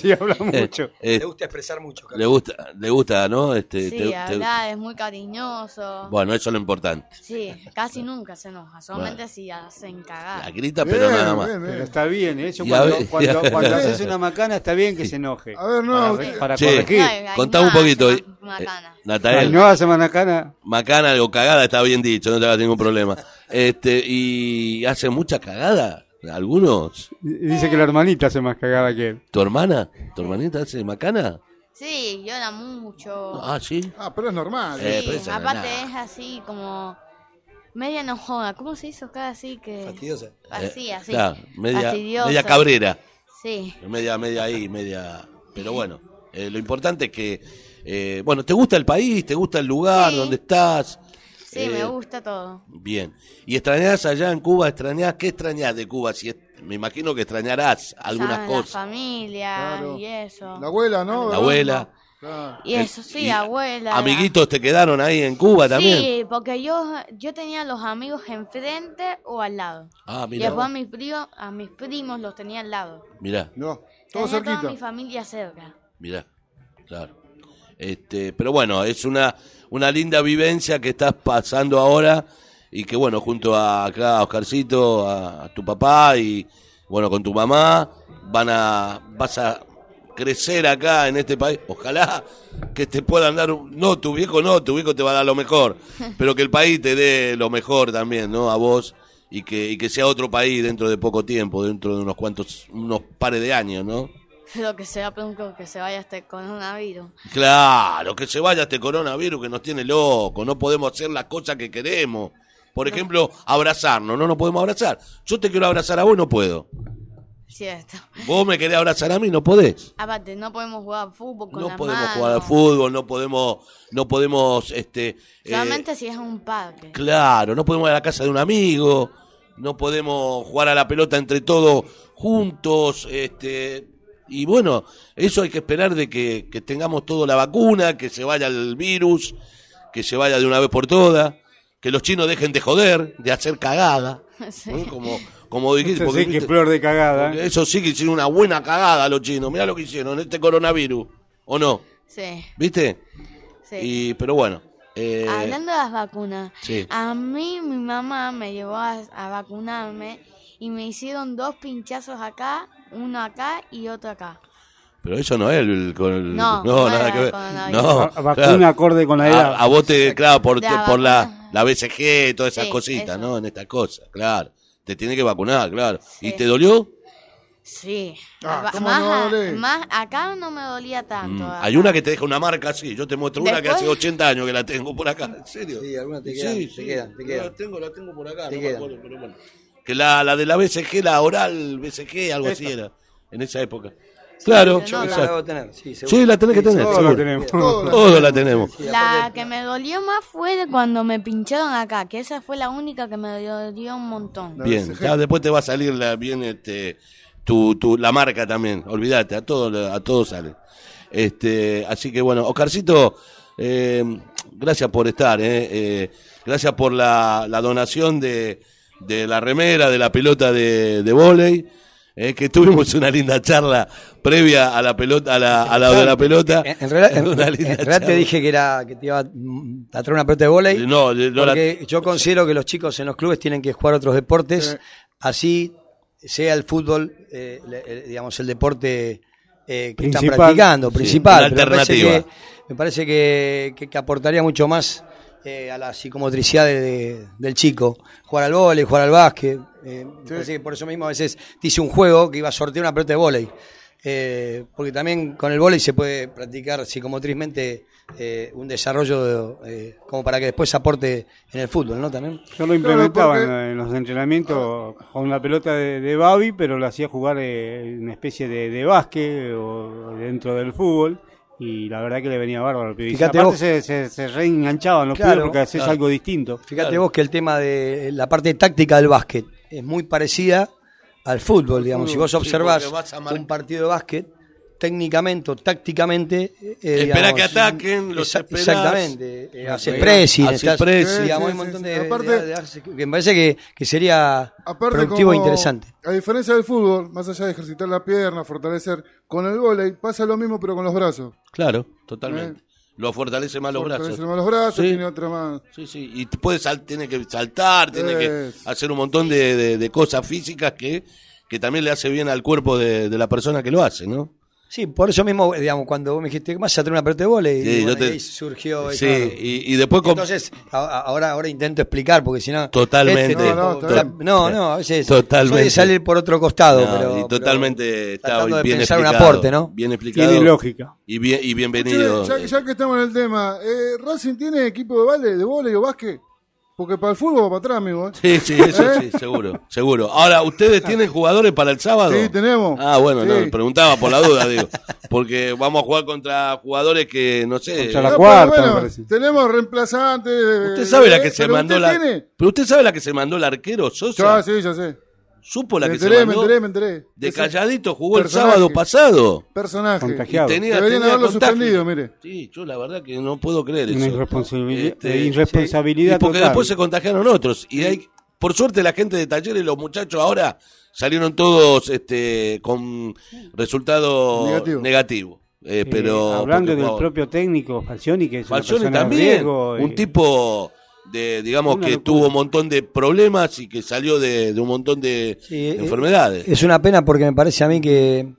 Speaker 9: Sí, habla mucho.
Speaker 1: Eh,
Speaker 11: Le gusta expresar mucho.
Speaker 1: Le gusta, le gusta ¿no? Este,
Speaker 10: Sí,
Speaker 1: te- te-
Speaker 10: habla, es muy cariñoso.
Speaker 1: bueno, eso es lo importante.
Speaker 10: Sí, casi nunca se enoja, solamente si hacen
Speaker 1: La
Speaker 10: cagar.
Speaker 1: grita, pero nada más.
Speaker 9: Pero está bien, ¿eh? Yo
Speaker 1: Y a
Speaker 9: cuando,
Speaker 1: ver-
Speaker 9: cuando-
Speaker 1: y a-
Speaker 9: cuando haces una macana está bien que se enoje.
Speaker 5: A ver, no,
Speaker 9: Para,
Speaker 5: usted-
Speaker 9: para
Speaker 1: Che,
Speaker 9: corregir.
Speaker 1: contame un poquito. eh, eh,
Speaker 9: Ay,
Speaker 1: Natael.
Speaker 9: no hace manacana.
Speaker 1: Macana o cagada está bien dicho, no te hagas ningún problema. Este, y hace mucha cagada. Algunos.
Speaker 9: Y Dice que la hermanita hace más cagada que él.
Speaker 1: ¿Tu hermana? ¿Tu hermanita hace macana?
Speaker 10: Sí, llora mucho.
Speaker 1: Ah, sí.
Speaker 5: Ah, pero es normal.
Speaker 1: Eh,
Speaker 10: Sí,
Speaker 1: pero eso no es
Speaker 10: aparte
Speaker 1: nada.
Speaker 10: es así como media enojona. ¿Cómo se hizo cada así que?
Speaker 11: Fastidiosa.
Speaker 10: Así,
Speaker 1: Eh,
Speaker 10: así.
Speaker 1: claro, media,
Speaker 10: Fastidiosa.
Speaker 1: media cabrera.
Speaker 10: Sí.
Speaker 1: Media, media ahí, media. Pero bueno, eh, lo importante es que. eh, bueno, ¿te gusta el país? ¿Te gusta el lugar donde estás?
Speaker 10: Sí,
Speaker 1: Eh,
Speaker 10: me gusta todo.
Speaker 1: Bien. ¿Y extrañás allá en Cuba? ¿Extrañás? ¿Qué extrañás de Cuba? Si es- me imagino que extrañarás algunas
Speaker 10: ¿Saben?
Speaker 1: cosas.
Speaker 10: La familia
Speaker 5: Claro.
Speaker 10: y eso.
Speaker 5: La abuela, ¿no?
Speaker 1: La abuela.
Speaker 5: Claro.
Speaker 10: Y eso, sí,
Speaker 1: Y
Speaker 10: abuela. la-
Speaker 1: ¿Amiguitos te quedaron ahí en Cuba también?
Speaker 10: Sí, porque yo, yo tenía los amigos enfrente o al lado.
Speaker 1: Ah,
Speaker 10: Y
Speaker 1: mira.
Speaker 10: después a mis, primos, a mis primos los tenía al lado.
Speaker 1: Mirá,
Speaker 5: No,
Speaker 10: Tenía
Speaker 5: todo cerquita.
Speaker 10: toda mi familia cerca.
Speaker 1: mirá. Claro. Este, pero bueno, es una, una linda vivencia que estás pasando ahora y que bueno, junto a acá a Oscarcito, a, a tu papá y bueno, con tu mamá, van a, vas a crecer acá en este país. Ojalá que te puedan dar, un- no, tu viejo no, tu viejo te va a dar lo mejor, pero que el país te dé lo mejor también, ¿no? A vos y que, y que sea otro país dentro de poco tiempo, dentro de unos cuantos, unos pares de años, ¿no?
Speaker 10: Pero que sea pronto que se vaya este coronavirus.
Speaker 1: Claro, que se vaya este coronavirus que nos tiene loco, no podemos hacer las cosas que queremos. Por ejemplo, abrazarnos, no nos podemos abrazar. Yo te quiero abrazar a vos, no puedo.
Speaker 10: Cierto.
Speaker 1: Vos me querés abrazar a mí, no podés.
Speaker 10: Aparte, no podemos jugar al fútbol con
Speaker 1: No
Speaker 10: las
Speaker 1: podemos
Speaker 10: manos.
Speaker 1: jugar al fútbol, no podemos, no podemos, este, eh,
Speaker 10: Solamente si es un parque.
Speaker 1: claro, no podemos ir a la casa de un amigo, no podemos jugar a la pelota entre todos juntos, este, y bueno, eso hay que esperar de que, que tengamos toda la vacuna, que se vaya el virus, que se vaya de una vez por todas, que los chinos dejen de joder, de hacer cagada. ¿no? Como, como dijiste,
Speaker 9: Entonces, sí, que
Speaker 1: viste-
Speaker 9: flor de cagada.
Speaker 1: porque Eso sí que hicieron una buena cagada los chinos. Mirá lo que hicieron, este coronavirus. ¿O no?
Speaker 10: Sí,
Speaker 1: ¿Viste?
Speaker 10: sí.
Speaker 1: Y, pero bueno. eh,
Speaker 10: Hablando de las vacunas,
Speaker 1: Sí.
Speaker 10: a mí mi mamá me llevó a, a vacunarme y me hicieron dos pinchazos acá, uno acá y otro acá.
Speaker 1: Pero eso no es el, el- con el-
Speaker 10: No, no
Speaker 1: nada
Speaker 10: era
Speaker 1: que ver.
Speaker 10: coronavirus.
Speaker 1: No, Ah,
Speaker 9: Va- vacuna acorde con la edad.
Speaker 1: A, a vos te, claro, por,
Speaker 10: La
Speaker 1: por la, la BCG, todas esas
Speaker 10: Sí,
Speaker 1: cositas,
Speaker 10: eso.
Speaker 1: ¿no? En estas cosas, claro. Te tiene que vacunar, claro. ¿Y te dolió?
Speaker 10: Sí.
Speaker 5: Ah,
Speaker 10: Va-
Speaker 5: ¿cómo
Speaker 10: más,
Speaker 5: no
Speaker 10: a-
Speaker 5: duele?
Speaker 10: más acá no me dolía tanto. acá.
Speaker 1: Mm, Hay una que te deja una marca así. Yo te muestro una que
Speaker 10: Después-
Speaker 1: hace 80 años que la tengo por acá. ¿En serio?
Speaker 11: Sí, alguna te
Speaker 1: Sí,
Speaker 11: queda, te
Speaker 1: sí,
Speaker 11: queda, te queda.
Speaker 1: La tengo, la tengo por acá,
Speaker 11: Te
Speaker 1: no me
Speaker 11: queda.
Speaker 1: acuerdo, pero bueno. Que la, la de la BCG, la oral BCG, algo así era. En esa época. Claro,
Speaker 11: yo Ah, la
Speaker 1: exacto.
Speaker 11: debo tener, sí, seguro.
Speaker 1: Sí, la tenés que
Speaker 11: Sí,
Speaker 1: tener.
Speaker 11: todos la
Speaker 1: seguro.
Speaker 11: tenemos.
Speaker 1: Todos la
Speaker 11: Todos la
Speaker 1: tenemos.
Speaker 10: La que me dolió más fue cuando me pincharon acá, que esa fue la única que me dolió un montón.
Speaker 1: Bien, ya después te va a salir la, bien este, tu, tu, la marca también, olvídate, a todo, le- a todo sale. Este, así que bueno, Oscarcito, eh, gracias por estar, eh, eh, gracias por la, la donación de, de la remera, de la pelota de, de vóley, eh, que tuvimos una linda charla previa a la pelota, a la, a la de la pelota.
Speaker 11: En, en realidad, en-
Speaker 1: Una
Speaker 11: en
Speaker 1: linda
Speaker 11: realidad te
Speaker 1: charla.
Speaker 11: dije que era que te iba mm, a traer una pelota de volei.
Speaker 1: No, de- no la-
Speaker 11: porque yo considero que los chicos en los clubes tienen que jugar otros deportes, así sea el fútbol, eh, le- el- digamos, el deporte eh, que
Speaker 9: Principal.
Speaker 11: están practicando,
Speaker 9: Sí,
Speaker 11: principal.
Speaker 1: una
Speaker 11: pero me parece
Speaker 1: alternativa.
Speaker 11: que- Me parece que, que- que aportaría mucho más eh, a la psicomotricidad de- de- del chico. Jugar al vóley, jugar al básquet. eh, me parece que por eso mismo a veces te hice un juego que iba a sortear una pelota de vóley. Eh, porque también con el vóley se puede practicar psicomotrizmente eh, un desarrollo eh, como para que después aporte en el fútbol, ¿no? También.
Speaker 9: Yo lo implementaba en- en los entrenamientos con la pelota de, de Babi, pero lo hacía jugar eh, una especie de, de básquet o dentro del fútbol. Y la verdad que le venía bárbaro al pibe. Y
Speaker 11: Fíjate
Speaker 9: Aparte
Speaker 11: vos-
Speaker 9: se, se, se reenganchaban los
Speaker 11: Claro,
Speaker 9: pibes porque haces
Speaker 11: claro.
Speaker 9: algo distinto.
Speaker 11: Fíjate vos que el tema de la parte táctica del básquet es muy parecida al fútbol, digamos. Si vos
Speaker 1: Sí,
Speaker 11: observás
Speaker 1: porque vas a
Speaker 11: un partido de básquet, técnicamente o tácticamente... eh,
Speaker 1: Esperá
Speaker 11: digamos,
Speaker 1: que atacen, los
Speaker 11: exa-
Speaker 1: esperás.
Speaker 11: Exactamente. eh, haces
Speaker 1: Haces
Speaker 11: pressing,
Speaker 1: pressing.
Speaker 11: estás- digamos,
Speaker 5: Sí,
Speaker 11: un
Speaker 5: sí,
Speaker 11: montón
Speaker 5: sí.
Speaker 11: de- de-
Speaker 5: Aparte-
Speaker 11: de- de- que me parece que, que sería
Speaker 5: Aparte,
Speaker 11: productivo e
Speaker 5: como-
Speaker 11: interesante.
Speaker 5: A diferencia del fútbol, más allá de ejercitar la pierna, fortalecer, con el vóley pasa lo mismo pero con los brazos.
Speaker 1: Claro, totalmente. Lo fortalece más los
Speaker 5: Eh. Fortalece
Speaker 1: brazos.
Speaker 5: más los brazos,
Speaker 1: Sí.
Speaker 5: tiene otra más.
Speaker 1: Sí, sí, y te puedes sal- tiene que saltar, tiene que
Speaker 5: Es.
Speaker 1: hacer un montón de, de- de cosas físicas que, que también le hace bien al cuerpo de, de la persona que lo hace, ¿no?
Speaker 11: Sí, por eso mismo, eh, digamos, cuando vos me dijiste, vas a tener una pelota de bola? Y,
Speaker 1: Sí,
Speaker 11: bueno,
Speaker 1: yo te-
Speaker 11: ahí surgió
Speaker 1: Sí,
Speaker 11: eso.
Speaker 1: y, y después... com-
Speaker 11: Entonces, a- a- ahora, ahora intento explicar, porque si no...
Speaker 1: Totalmente.
Speaker 11: este tipo-
Speaker 1: No,
Speaker 5: no, está bien.
Speaker 11: no, no, a veces
Speaker 1: Totalmente.
Speaker 11: puede salir por otro costado,
Speaker 1: No,
Speaker 11: pero...
Speaker 1: y totalmente está
Speaker 11: tratando de
Speaker 1: bien
Speaker 11: pensar un
Speaker 1: explicado,
Speaker 11: aporte, ¿no?
Speaker 1: Bien explicado.
Speaker 9: Tiene lógica.
Speaker 1: Y, bien, y bienvenido.
Speaker 5: Che, ya, ya que estamos en el tema, eh, ¿Racing tiene equipo de vale, de vóley o básquet? Porque para el fútbol va para atrás, amigo. eh.
Speaker 1: Sí, sí, eso
Speaker 5: ¿Eh?
Speaker 1: sí, seguro, seguro. Ahora, ¿ustedes tienen jugadores para el sábado?
Speaker 5: Sí, tenemos.
Speaker 1: Ah, bueno,
Speaker 5: Sí.
Speaker 1: no, preguntaba por la duda, digo. Porque vamos a jugar contra jugadores que, no sé...
Speaker 9: Contra la
Speaker 5: No, pero
Speaker 9: cuarta, me
Speaker 5: Ah, bueno,
Speaker 9: parece.
Speaker 5: tenemos reemplazantes. eh,
Speaker 1: Usted sabe la que se
Speaker 5: pero
Speaker 1: mandó
Speaker 5: usted
Speaker 1: la.
Speaker 5: tiene?
Speaker 1: Pero usted sabe la que se mandó el arquero Sosa.
Speaker 5: Ya, sí, ya sé.
Speaker 1: Supo la
Speaker 5: me
Speaker 1: que
Speaker 5: enteré,
Speaker 1: se
Speaker 5: me
Speaker 1: mandó.
Speaker 5: enteré, me enteré.
Speaker 1: De
Speaker 5: Ese
Speaker 1: calladito jugó
Speaker 5: Personaje.
Speaker 1: el sábado pasado.
Speaker 5: Personaje.
Speaker 1: Y
Speaker 9: Contagiado.
Speaker 1: tenía,
Speaker 5: Ah, Deberían
Speaker 1: tenía
Speaker 5: haberlo
Speaker 1: contagio.
Speaker 5: suspendido, mire.
Speaker 1: Sí, yo la verdad que no puedo creer
Speaker 9: Una
Speaker 1: eso.
Speaker 9: irresponsabili-
Speaker 1: Este,
Speaker 9: irresponsabilidad
Speaker 1: Y porque
Speaker 9: total.
Speaker 1: después se contagiaron otros. Y hay, por suerte la gente de talleres, los muchachos ahora salieron todos este con resultado
Speaker 5: Negativo.
Speaker 1: negativo. Eh,
Speaker 9: Eh,
Speaker 1: pero
Speaker 9: hablando
Speaker 1: porque,
Speaker 9: del
Speaker 1: wow,
Speaker 9: propio técnico Falcioni, que es una
Speaker 1: Falcioni
Speaker 9: persona de
Speaker 1: también,
Speaker 9: riesgo,
Speaker 1: un
Speaker 9: eh,
Speaker 1: tipo de, digamos,
Speaker 9: Una
Speaker 1: que
Speaker 9: locura.
Speaker 1: tuvo un montón de problemas y que salió de, de un montón de
Speaker 11: Sí, eh,
Speaker 1: enfermedades.
Speaker 11: Es una pena porque me parece a mí que,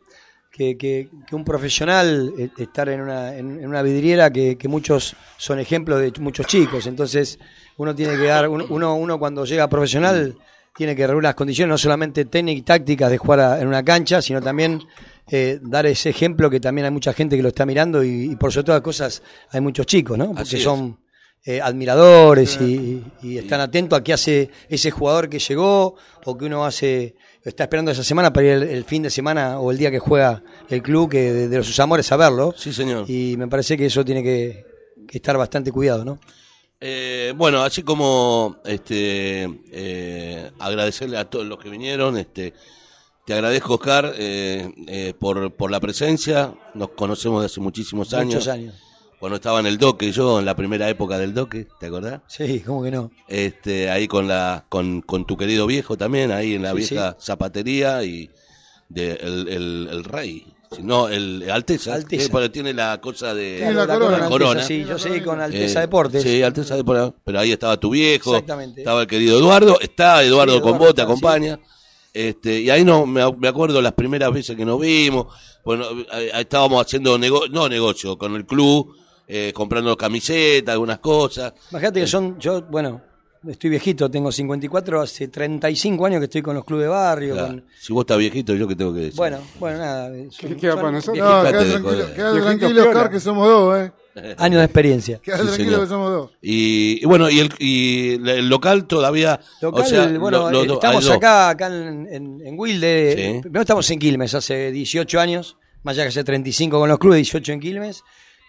Speaker 11: que, que- que un profesional eh, estar en una, en, en una vidriera que, que muchos son ejemplos de muchos chicos. Entonces, uno tiene que dar, uno- uno, uno cuando llega a profesional tiene que reunir las condiciones, no solamente técnicas y tácticas de jugar a- en una cancha, sino también eh, dar ese ejemplo que también hay mucha gente que lo está mirando y, y por sobre todas las cosas hay muchos chicos, ¿no?
Speaker 1: Así
Speaker 11: Porque
Speaker 1: es.
Speaker 11: son eh, admiradores y, y están atentos a qué hace ese jugador que llegó o que uno hace está esperando esa semana para ir el, el fin de semana o el día que juega el club que de, de sus amores a verlo
Speaker 1: Sí, señor.
Speaker 11: y me parece que eso tiene que, que estar bastante cuidado no
Speaker 1: Eh, bueno, así como este, eh, agradecerle a todos los que vinieron, este, te agradezco Oscar eh, eh, por, por la presencia, nos conocemos de hace muchísimos años.
Speaker 11: muchos años
Speaker 1: cuando estaba en el doque, yo en la primera época del doque, ¿te acordás?
Speaker 11: Sí, ¿cómo que no?
Speaker 1: Este, ahí con la con, con tu querido viejo también, ahí en la
Speaker 11: Sí,
Speaker 1: vieja zapatería y de, el, el, el rey, no, el Alteza,
Speaker 11: Alteza.
Speaker 1: que- pero tiene la cosa de
Speaker 11: Tiene la corona.
Speaker 1: la
Speaker 11: Alteza, sí, yo sé, con Alteza
Speaker 1: Eh,
Speaker 11: Deportes.
Speaker 1: Sí, Alteza Deportes, pero ahí estaba tu viejo,
Speaker 11: Exactamente.
Speaker 1: estaba el querido Eduardo, está Eduardo,
Speaker 11: Sí, Eduardo
Speaker 1: con vos, te
Speaker 11: está,
Speaker 1: acompaña. Este, y ahí no me, me acuerdo las primeras veces que nos vimos, bueno, eh, estábamos haciendo negocio, no negocio, con el club, eh, comprando camisetas, algunas cosas.
Speaker 11: Imagínate
Speaker 1: Eh.
Speaker 11: que son, yo, bueno, estoy viejito, tengo 54, hace 35 años que estoy con los clubes de barrio.
Speaker 1: Claro.
Speaker 11: con-
Speaker 1: Si vos estás viejito, yo que tengo que decir.
Speaker 11: bueno, bueno, nada. son-
Speaker 5: ¿Qué queda
Speaker 11: son
Speaker 5: para nosotros?
Speaker 11: viejitos.
Speaker 5: No,
Speaker 1: Dejate
Speaker 5: queda
Speaker 1: de
Speaker 5: tranquilo,
Speaker 1: joder.
Speaker 5: queda
Speaker 11: Viejito
Speaker 5: tranquilo,
Speaker 11: piola.
Speaker 5: Oscar, que somos dos, eh.
Speaker 11: Años de experiencia.
Speaker 5: Queda
Speaker 1: Sí,
Speaker 5: tranquilo
Speaker 1: señor.
Speaker 5: que somos dos.
Speaker 1: Y, y bueno, y el, y la- el local todavía.
Speaker 11: Local,
Speaker 1: o sea,
Speaker 11: bueno,
Speaker 1: lo- lo-
Speaker 11: eh,
Speaker 1: lo-
Speaker 11: estamos
Speaker 1: hay dos.
Speaker 11: acá, acá en, en, en Wilde.
Speaker 1: Sí.
Speaker 11: eh, primero estamos en Quilmes hace 18 años, más allá que hace 35 con los clubes, 18 en Quilmes.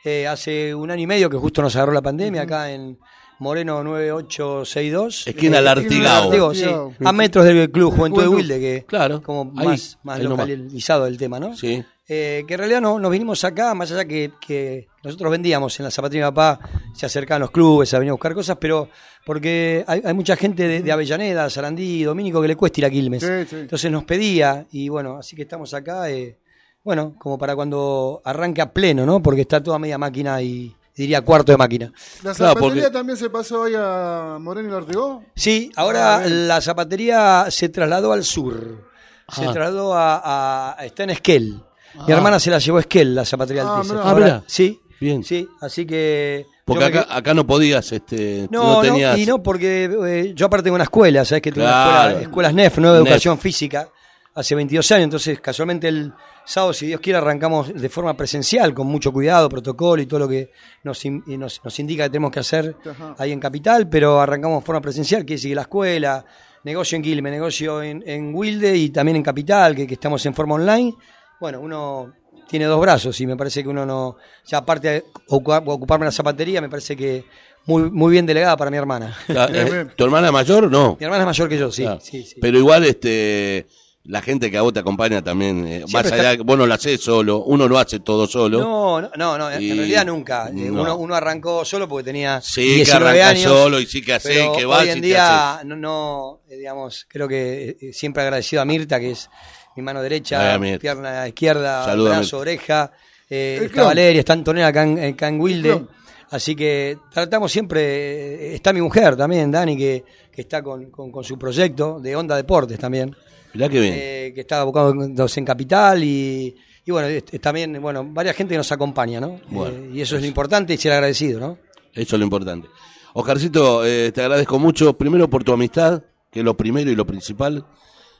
Speaker 11: Eh, hace un año y medio que justo nos agarró la pandemia acá en Moreno 9862.
Speaker 1: Esquina
Speaker 11: Eh,
Speaker 1: del Artigao.
Speaker 11: Artigao, sí. A metros del Club Juventud de Wilde, que
Speaker 1: Claro,
Speaker 11: como
Speaker 1: ahí,
Speaker 11: más, más
Speaker 1: ahí nomás.
Speaker 11: localizado el tema, ¿no?
Speaker 1: Sí.
Speaker 11: Eh, que en realidad no, nos vinimos acá, más allá que, que nosotros vendíamos en la zapatería de papá, se acercaban los clubes a venir a buscar cosas, pero porque hay, hay mucha gente de, de Avellaneda, Sarandí, Domínico que le cuesta ir a Quilmes.
Speaker 5: Sí, sí.
Speaker 11: Entonces nos pedía, y bueno, así que estamos acá, eh, bueno, como para cuando arranque a pleno, ¿no? Porque está toda media máquina y diría cuarto de máquina.
Speaker 5: ¿La
Speaker 11: Claro,
Speaker 5: zapatería
Speaker 11: porque-
Speaker 5: también se pasó ahí a Moreno y Lartigó?
Speaker 11: Sí, ahora
Speaker 5: Ah, bien.
Speaker 11: la zapatería se trasladó al sur. Se
Speaker 5: Ah.
Speaker 11: trasladó a, a- Está en Esquel. Mi
Speaker 1: Ah.
Speaker 11: hermana se la llevó a Esquel, la zapatería
Speaker 1: Ah,
Speaker 11: Altiza.
Speaker 1: mirá.
Speaker 11: Ahora-
Speaker 1: Ah, mirá.
Speaker 11: Sí.
Speaker 1: Bien.
Speaker 11: Sí, así que.
Speaker 1: Porque
Speaker 11: yo me
Speaker 1: acá, acá no podías, este,
Speaker 11: no,
Speaker 1: no,
Speaker 11: no,
Speaker 1: tenías.
Speaker 11: y no porque eh, yo aparte tengo una escuela, ¿sabes? Que tengo una
Speaker 1: Claro.
Speaker 11: escuela, escuelas NEF, ¿no? De
Speaker 1: NEF.
Speaker 11: Educación Física, hace 22 años. Entonces, casualmente el sábado, si Dios quiere, arrancamos de forma presencial, con mucho cuidado, protocolo y todo lo que nos, in- y nos, nos indica que tenemos que hacer
Speaker 5: Ajá.
Speaker 11: ahí en Capital, pero arrancamos de forma presencial, quiere decir que la escuela, negocio en Quilmes, negocio en, en Wilde y también en Capital, que, que estamos en forma online. Bueno, uno tiene dos brazos y me parece que uno no. Ya aparte de ocu- ocuparme la zapatería, me parece que muy, muy bien delegada para mi hermana.
Speaker 1: Ta- eh, ¿Tu hermana es mayor? No.
Speaker 11: Mi hermana es mayor que yo, sí.
Speaker 1: Ah.
Speaker 11: sí, sí.
Speaker 1: Pero igual, este. La gente que a vos te acompaña también, eh, más
Speaker 11: Siempre
Speaker 1: allá,
Speaker 11: está-
Speaker 1: que vos no lo haces solo, uno lo hace todo solo.
Speaker 11: No, no, no, no, en
Speaker 1: Y-
Speaker 11: realidad nunca. Eh,
Speaker 1: no.
Speaker 11: Uno, uno arrancó solo porque tenía
Speaker 1: Sí, que
Speaker 11: 19
Speaker 1: arrancás
Speaker 11: años.
Speaker 1: solo y sí que hacés,
Speaker 11: pero
Speaker 1: que vas
Speaker 11: Hoy
Speaker 1: y
Speaker 11: en
Speaker 1: te
Speaker 11: día, no, no, eh, digamos, creo que eh, siempre agradecido a Mirta, que es mi mano derecha,
Speaker 1: Ah, Mirta.
Speaker 11: pierna izquierda,
Speaker 1: Saluda,
Speaker 11: brazo, oreja. Eh,
Speaker 5: El
Speaker 11: está
Speaker 5: clon.
Speaker 11: Valeria, está Antonella acá en, acá en Wilde.
Speaker 5: clon.
Speaker 11: Así que tratamos siempre, eh, está mi mujer también, Dani, que, que está con, con- con su proyecto de Onda Deportes también.
Speaker 1: Mirá qué bien.
Speaker 11: Eh, que está abocado en en Capital y, y bueno, este, también, bueno, varias gente que nos acompaña, ¿no?
Speaker 1: Bueno,
Speaker 11: Eh, y eso es lo importante y ser agradecido, ¿no?
Speaker 1: Eso es lo importante. Oscarcito, eh, te agradezco mucho, primero por tu amistad, que es lo primero y lo principal.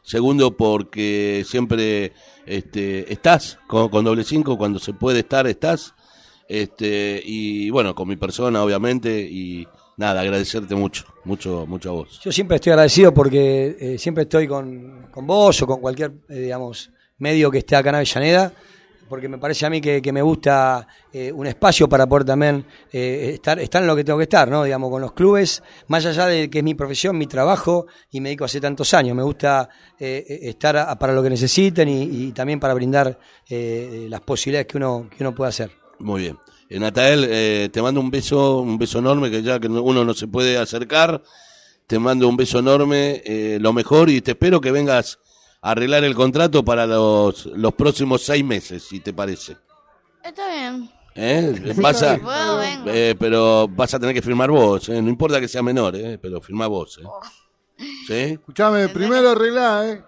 Speaker 1: Segundo, porque siempre este, estás con, con doble cinco, cuando se puede estar, estás. Este, y bueno, con mi persona, obviamente, y nada, agradecerte mucho, mucho, mucho a vos.
Speaker 11: Yo siempre estoy agradecido porque eh, siempre estoy con, con vos o con cualquier, eh, digamos, medio que esté acá en Avellaneda, porque me parece a mí que, que me gusta eh, un espacio para poder también eh, estar, estar en lo que tengo que estar, ¿no? Digamos, con los clubes, más allá de que es mi profesión, mi trabajo y me dedico hace tantos años. Me gusta eh, eh, estar a- para lo que necesiten y, y también para brindar eh, eh, las posibilidades que uno, que uno puede hacer.
Speaker 1: Muy bien. Eh, Natael, eh, te mando un beso, un beso enorme, que ya que no- uno no se puede acercar. Te mando un beso enorme, eh, lo mejor, y te espero que vengas a arreglar el contrato para los, los próximos seis meses, si te parece.
Speaker 10: Está bien.
Speaker 1: ¿Eh?
Speaker 10: Sí,
Speaker 1: Vas a-
Speaker 10: si puedo, vengo.
Speaker 1: eh, pero vas a tener que firmar vos, ¿eh? no importa que sea menor, ¿eh? pero firma vos. ¿eh? ¿Sí?
Speaker 5: Escuchame, primero arreglá, eh.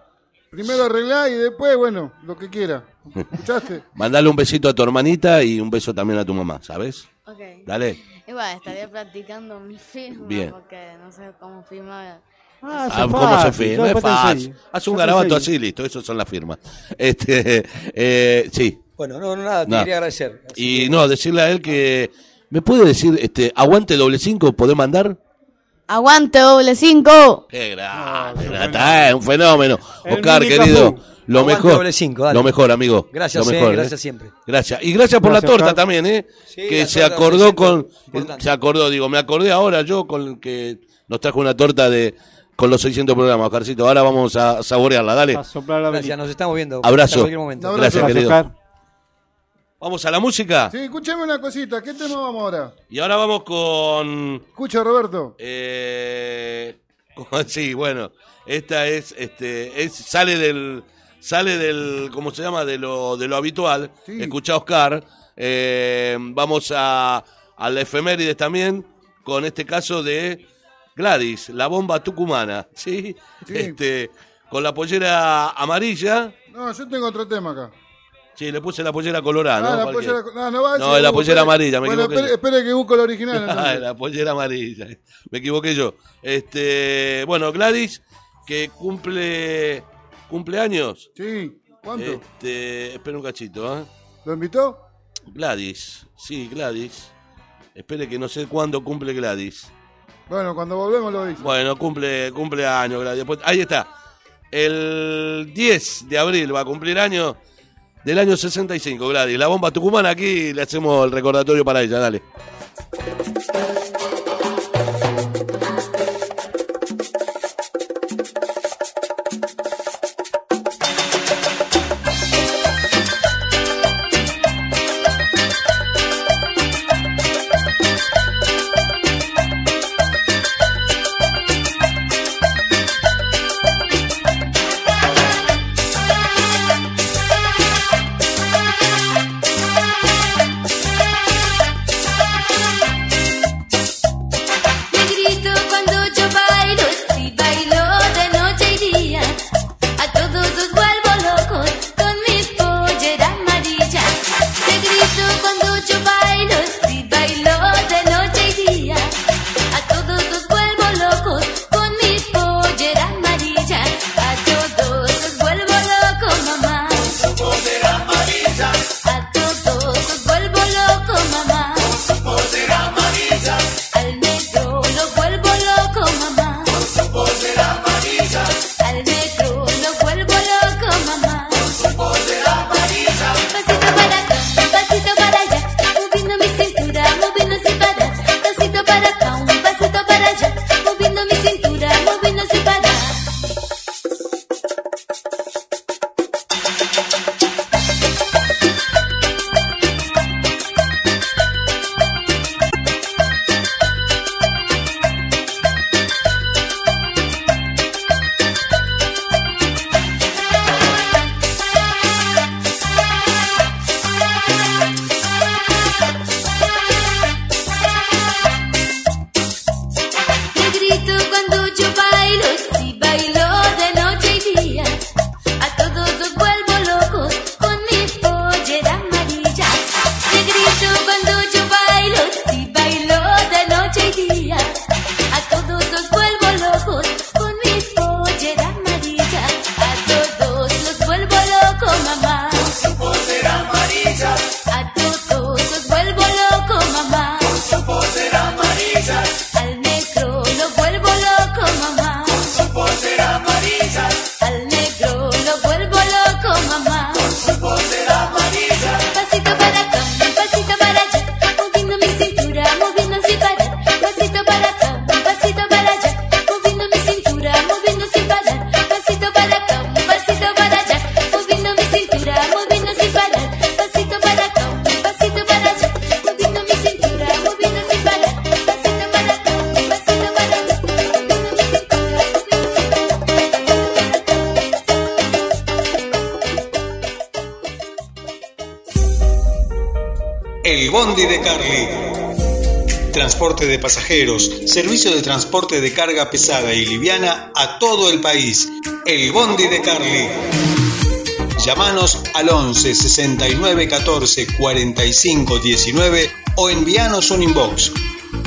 Speaker 5: Primero arreglá y después, bueno, lo que quiera. ¿Escuchaste?
Speaker 1: Mandale un besito a tu hermanita y un beso también a tu mamá, ¿sabes?
Speaker 10: Ok.
Speaker 1: Dale.
Speaker 10: Igual, estaría practicando mi firma
Speaker 1: Bien.
Speaker 10: porque no sé cómo firmar.
Speaker 1: Ah,
Speaker 10: Así.
Speaker 1: ¿cómo se
Speaker 9: fácil,
Speaker 1: firma?
Speaker 9: todo
Speaker 1: No es
Speaker 9: fue tan
Speaker 1: fácil.
Speaker 9: serio.
Speaker 1: Haz un
Speaker 9: Fue tan
Speaker 1: garabato
Speaker 9: serio.
Speaker 1: así, listo. Esas son las firmas. Este, eh, sí.
Speaker 11: Bueno, no, no, nada, te
Speaker 1: Nada.
Speaker 11: quería agradecer.
Speaker 1: Y no, decirle a él que. ¿Me puede decir, este, aguante doble cinco, podés mandar?
Speaker 10: ¡Aguante, doble cinco!
Speaker 1: Qué grande, Natael, un fenómeno.
Speaker 11: El
Speaker 1: Oscar,
Speaker 11: mini
Speaker 1: querido,
Speaker 11: Cafú.
Speaker 1: lo
Speaker 11: Aguante
Speaker 1: mejor.
Speaker 11: doble cinco, dale.
Speaker 1: Lo mejor, amigo.
Speaker 11: Gracias,
Speaker 1: Lo
Speaker 11: eh,
Speaker 1: mejor,
Speaker 11: gracias siempre.
Speaker 1: Gracias. Y gracias por
Speaker 11: Gracias,
Speaker 1: la torta
Speaker 11: Oscar.
Speaker 1: también, ¿eh?
Speaker 11: Sí,
Speaker 1: que
Speaker 11: la
Speaker 1: se
Speaker 11: torta presente,
Speaker 1: acordó con.
Speaker 11: importante.
Speaker 1: Se acordó, digo, me acordé ahora yo con el que nos trajo una torta de. Con los 600 programas, Oscarcito. Ahora vamos a saborearla, dale.
Speaker 9: A soplar la
Speaker 11: Gracias, nos estamos viendo.
Speaker 1: Abrazo.
Speaker 11: En cualquier momento.
Speaker 1: Gracias, querido.
Speaker 9: Oscar.
Speaker 1: ¿Vamos a la música?
Speaker 5: Sí, escúchame una cosita. ¿Qué tema vamos ahora?
Speaker 1: Y ahora vamos con.
Speaker 5: Escucha, Roberto.
Speaker 1: Eh, con- sí, bueno. Esta es, este, es, sale del, sale del, ¿cómo se llama? De lo, de lo habitual. Escucha Oscar. Eh, vamos a, a la efemérides también, con este caso de Gladys, la bomba tucumana, ¿sí?
Speaker 5: Sí.
Speaker 1: Este, con la pollera amarilla.
Speaker 5: No, yo tengo otro tema acá.
Speaker 1: Sí, le puse la pollera colorada.
Speaker 5: Ah,
Speaker 1: ¿no?
Speaker 5: la
Speaker 1: Cualquiera.
Speaker 5: pollera- no, no va a
Speaker 1: No,
Speaker 5: decir
Speaker 1: es la
Speaker 5: Hugo,
Speaker 1: pollera
Speaker 5: espere-
Speaker 1: amarilla, me
Speaker 5: Bueno,
Speaker 1: equivoqué.
Speaker 5: espere, espere que busco el original.
Speaker 1: Ah,
Speaker 5: entonces.
Speaker 1: la pollera amarilla. Me equivoqué yo. Este, bueno, Gladys, que cumple cumpleaños.
Speaker 5: Sí, ¿cuánto?
Speaker 1: Este, espera un cachito, ¿eh?
Speaker 5: ¿Lo invitó?
Speaker 1: Gladys, sí, Gladys. Espere que no sé cuándo cumple Gladys.
Speaker 5: Bueno, cuando volvemos lo dice.
Speaker 1: Bueno, cumple, cumple año, Gladys. Después- ahí está. El 10 de abril va a cumplir año del año 65, Gladys. La bomba tucumana aquí le hacemos el recordatorio para ella, dale.
Speaker 12: Te grito cuando yo bailo, si bailo de noche y día. A todos los vuelvo locos con mi pollera amarilla. Te grito cuando yo bailo, si bailo de noche y día. A todos los vuelvo locos con mi pollera amarilla. A todos los vuelvo loco, mamá. pollera amarilla. A todos los vuelvo loco, mamá. pollera amarilla. Al negro lo vuelvo loco, mamá. Con su pollera amarilla. Al negro lo vuelvo loco, mamá. Con su pollera amarilla. Pasito para acá, pasito para allá. Moviendo mi cintura, moviendo sin parar. Pasito para acá, un pasito para allá. Moviendo mi cintura, moviendo sin parar. Te grito cuando yo bailo, si bailo de noche y día. A todos los vuelvo locos con mi pollera amarilla. Te grito cuando yo bailo, si bailo de noche y día. A todos los vuelvo locos con mi pollera amarilla. A todos los vuelvo loco, mamá. Con su pollera amarilla. A todos los vuelvo loco, mamá. Con su pollera amarilla. Al negro lo vuelvo loco, mamá. Con su pollera amarilla. Al negro lo vuelvo loco, mamá. Con su pollera amarilla. Pasito para acá, un pasito para allá. Moviendo mi cintura, moviendo sin parar. Pasito para acá, un pasito para allá. Moviendo mi cintura, moviendo sin parar. Pasito para acá, un pasito para allá. Moviendo mi cintura, moviendo sin parar. Pasito para acá, un pasito para allá. Moviendo mi cintura, moviendo sin parar. Pasito para acá, un pasito para allá.
Speaker 8: El Bondi de Carly. Transporte de pasajeros, servicio de transporte de carga pesada y liviana a todo el país. El Bondi de Carly. Llámanos al 11 69 14 45 19 o envíanos un inbox.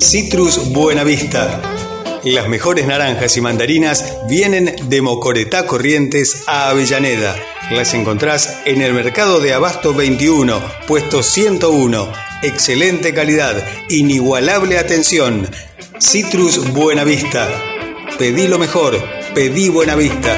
Speaker 8: Citrus Buenavista. Las mejores naranjas y mandarinas vienen de Mocoretá Corrientes a Avellaneda. Las encontrás en el mercado de Abasto 21, puesto 101. Excelente calidad, inigualable atención. Citrus Buenavista. Pedí lo mejor, pedí Buenavista.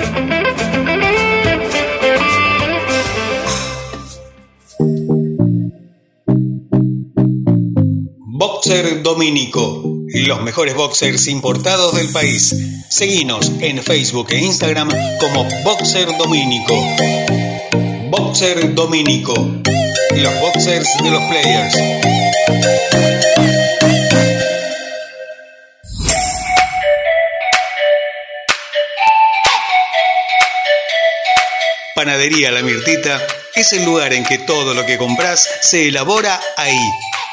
Speaker 8: Boxer Dominico. Los mejores boxers importados del país. Seguinos en Facebook e Instagram como Boxer Dominico. Boxer Dominico. Los boxers de los players. Panadería La Mirtita es el lugar en que todo lo que compras se elabora ahí.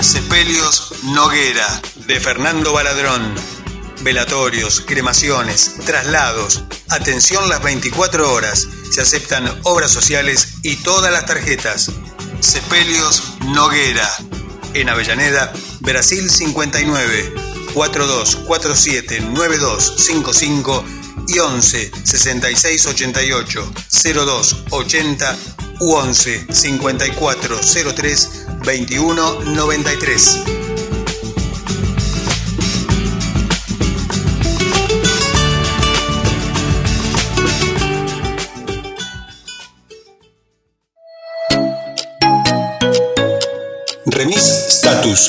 Speaker 8: Sepelios Noguera, de Fernando Baladrón. Velatorios, cremaciones, traslados, atención las 24 horas. Se aceptan obras sociales y todas las tarjetas. Sepelios Noguera, en Avellaneda, Brasil 59, 42479255 y 11 6688 0280 u 11 5403 2193. Remis Status.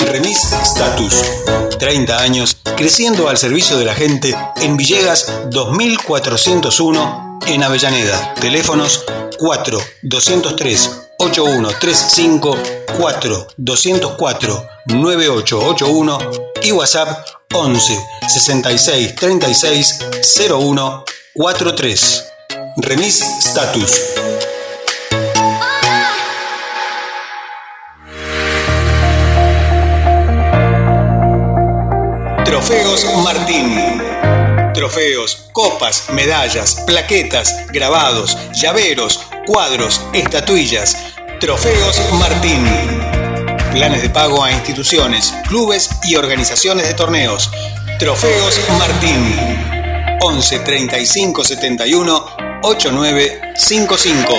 Speaker 8: Remis Status. 30 años creciendo al servicio de la gente en Villegas 2401 en Avellaneda. Teléfonos 4 203 8135 4 204 9881 y WhatsApp 11 66 36 01 43. Remis Status. Trofeos Martín. Trofeos, copas, medallas, plaquetas, grabados, llaveros, cuadros, estatuillas. Trofeos Martín. Planes de pago a instituciones, clubes y organizaciones de torneos. Trofeos Martín. 11 35 71 8955.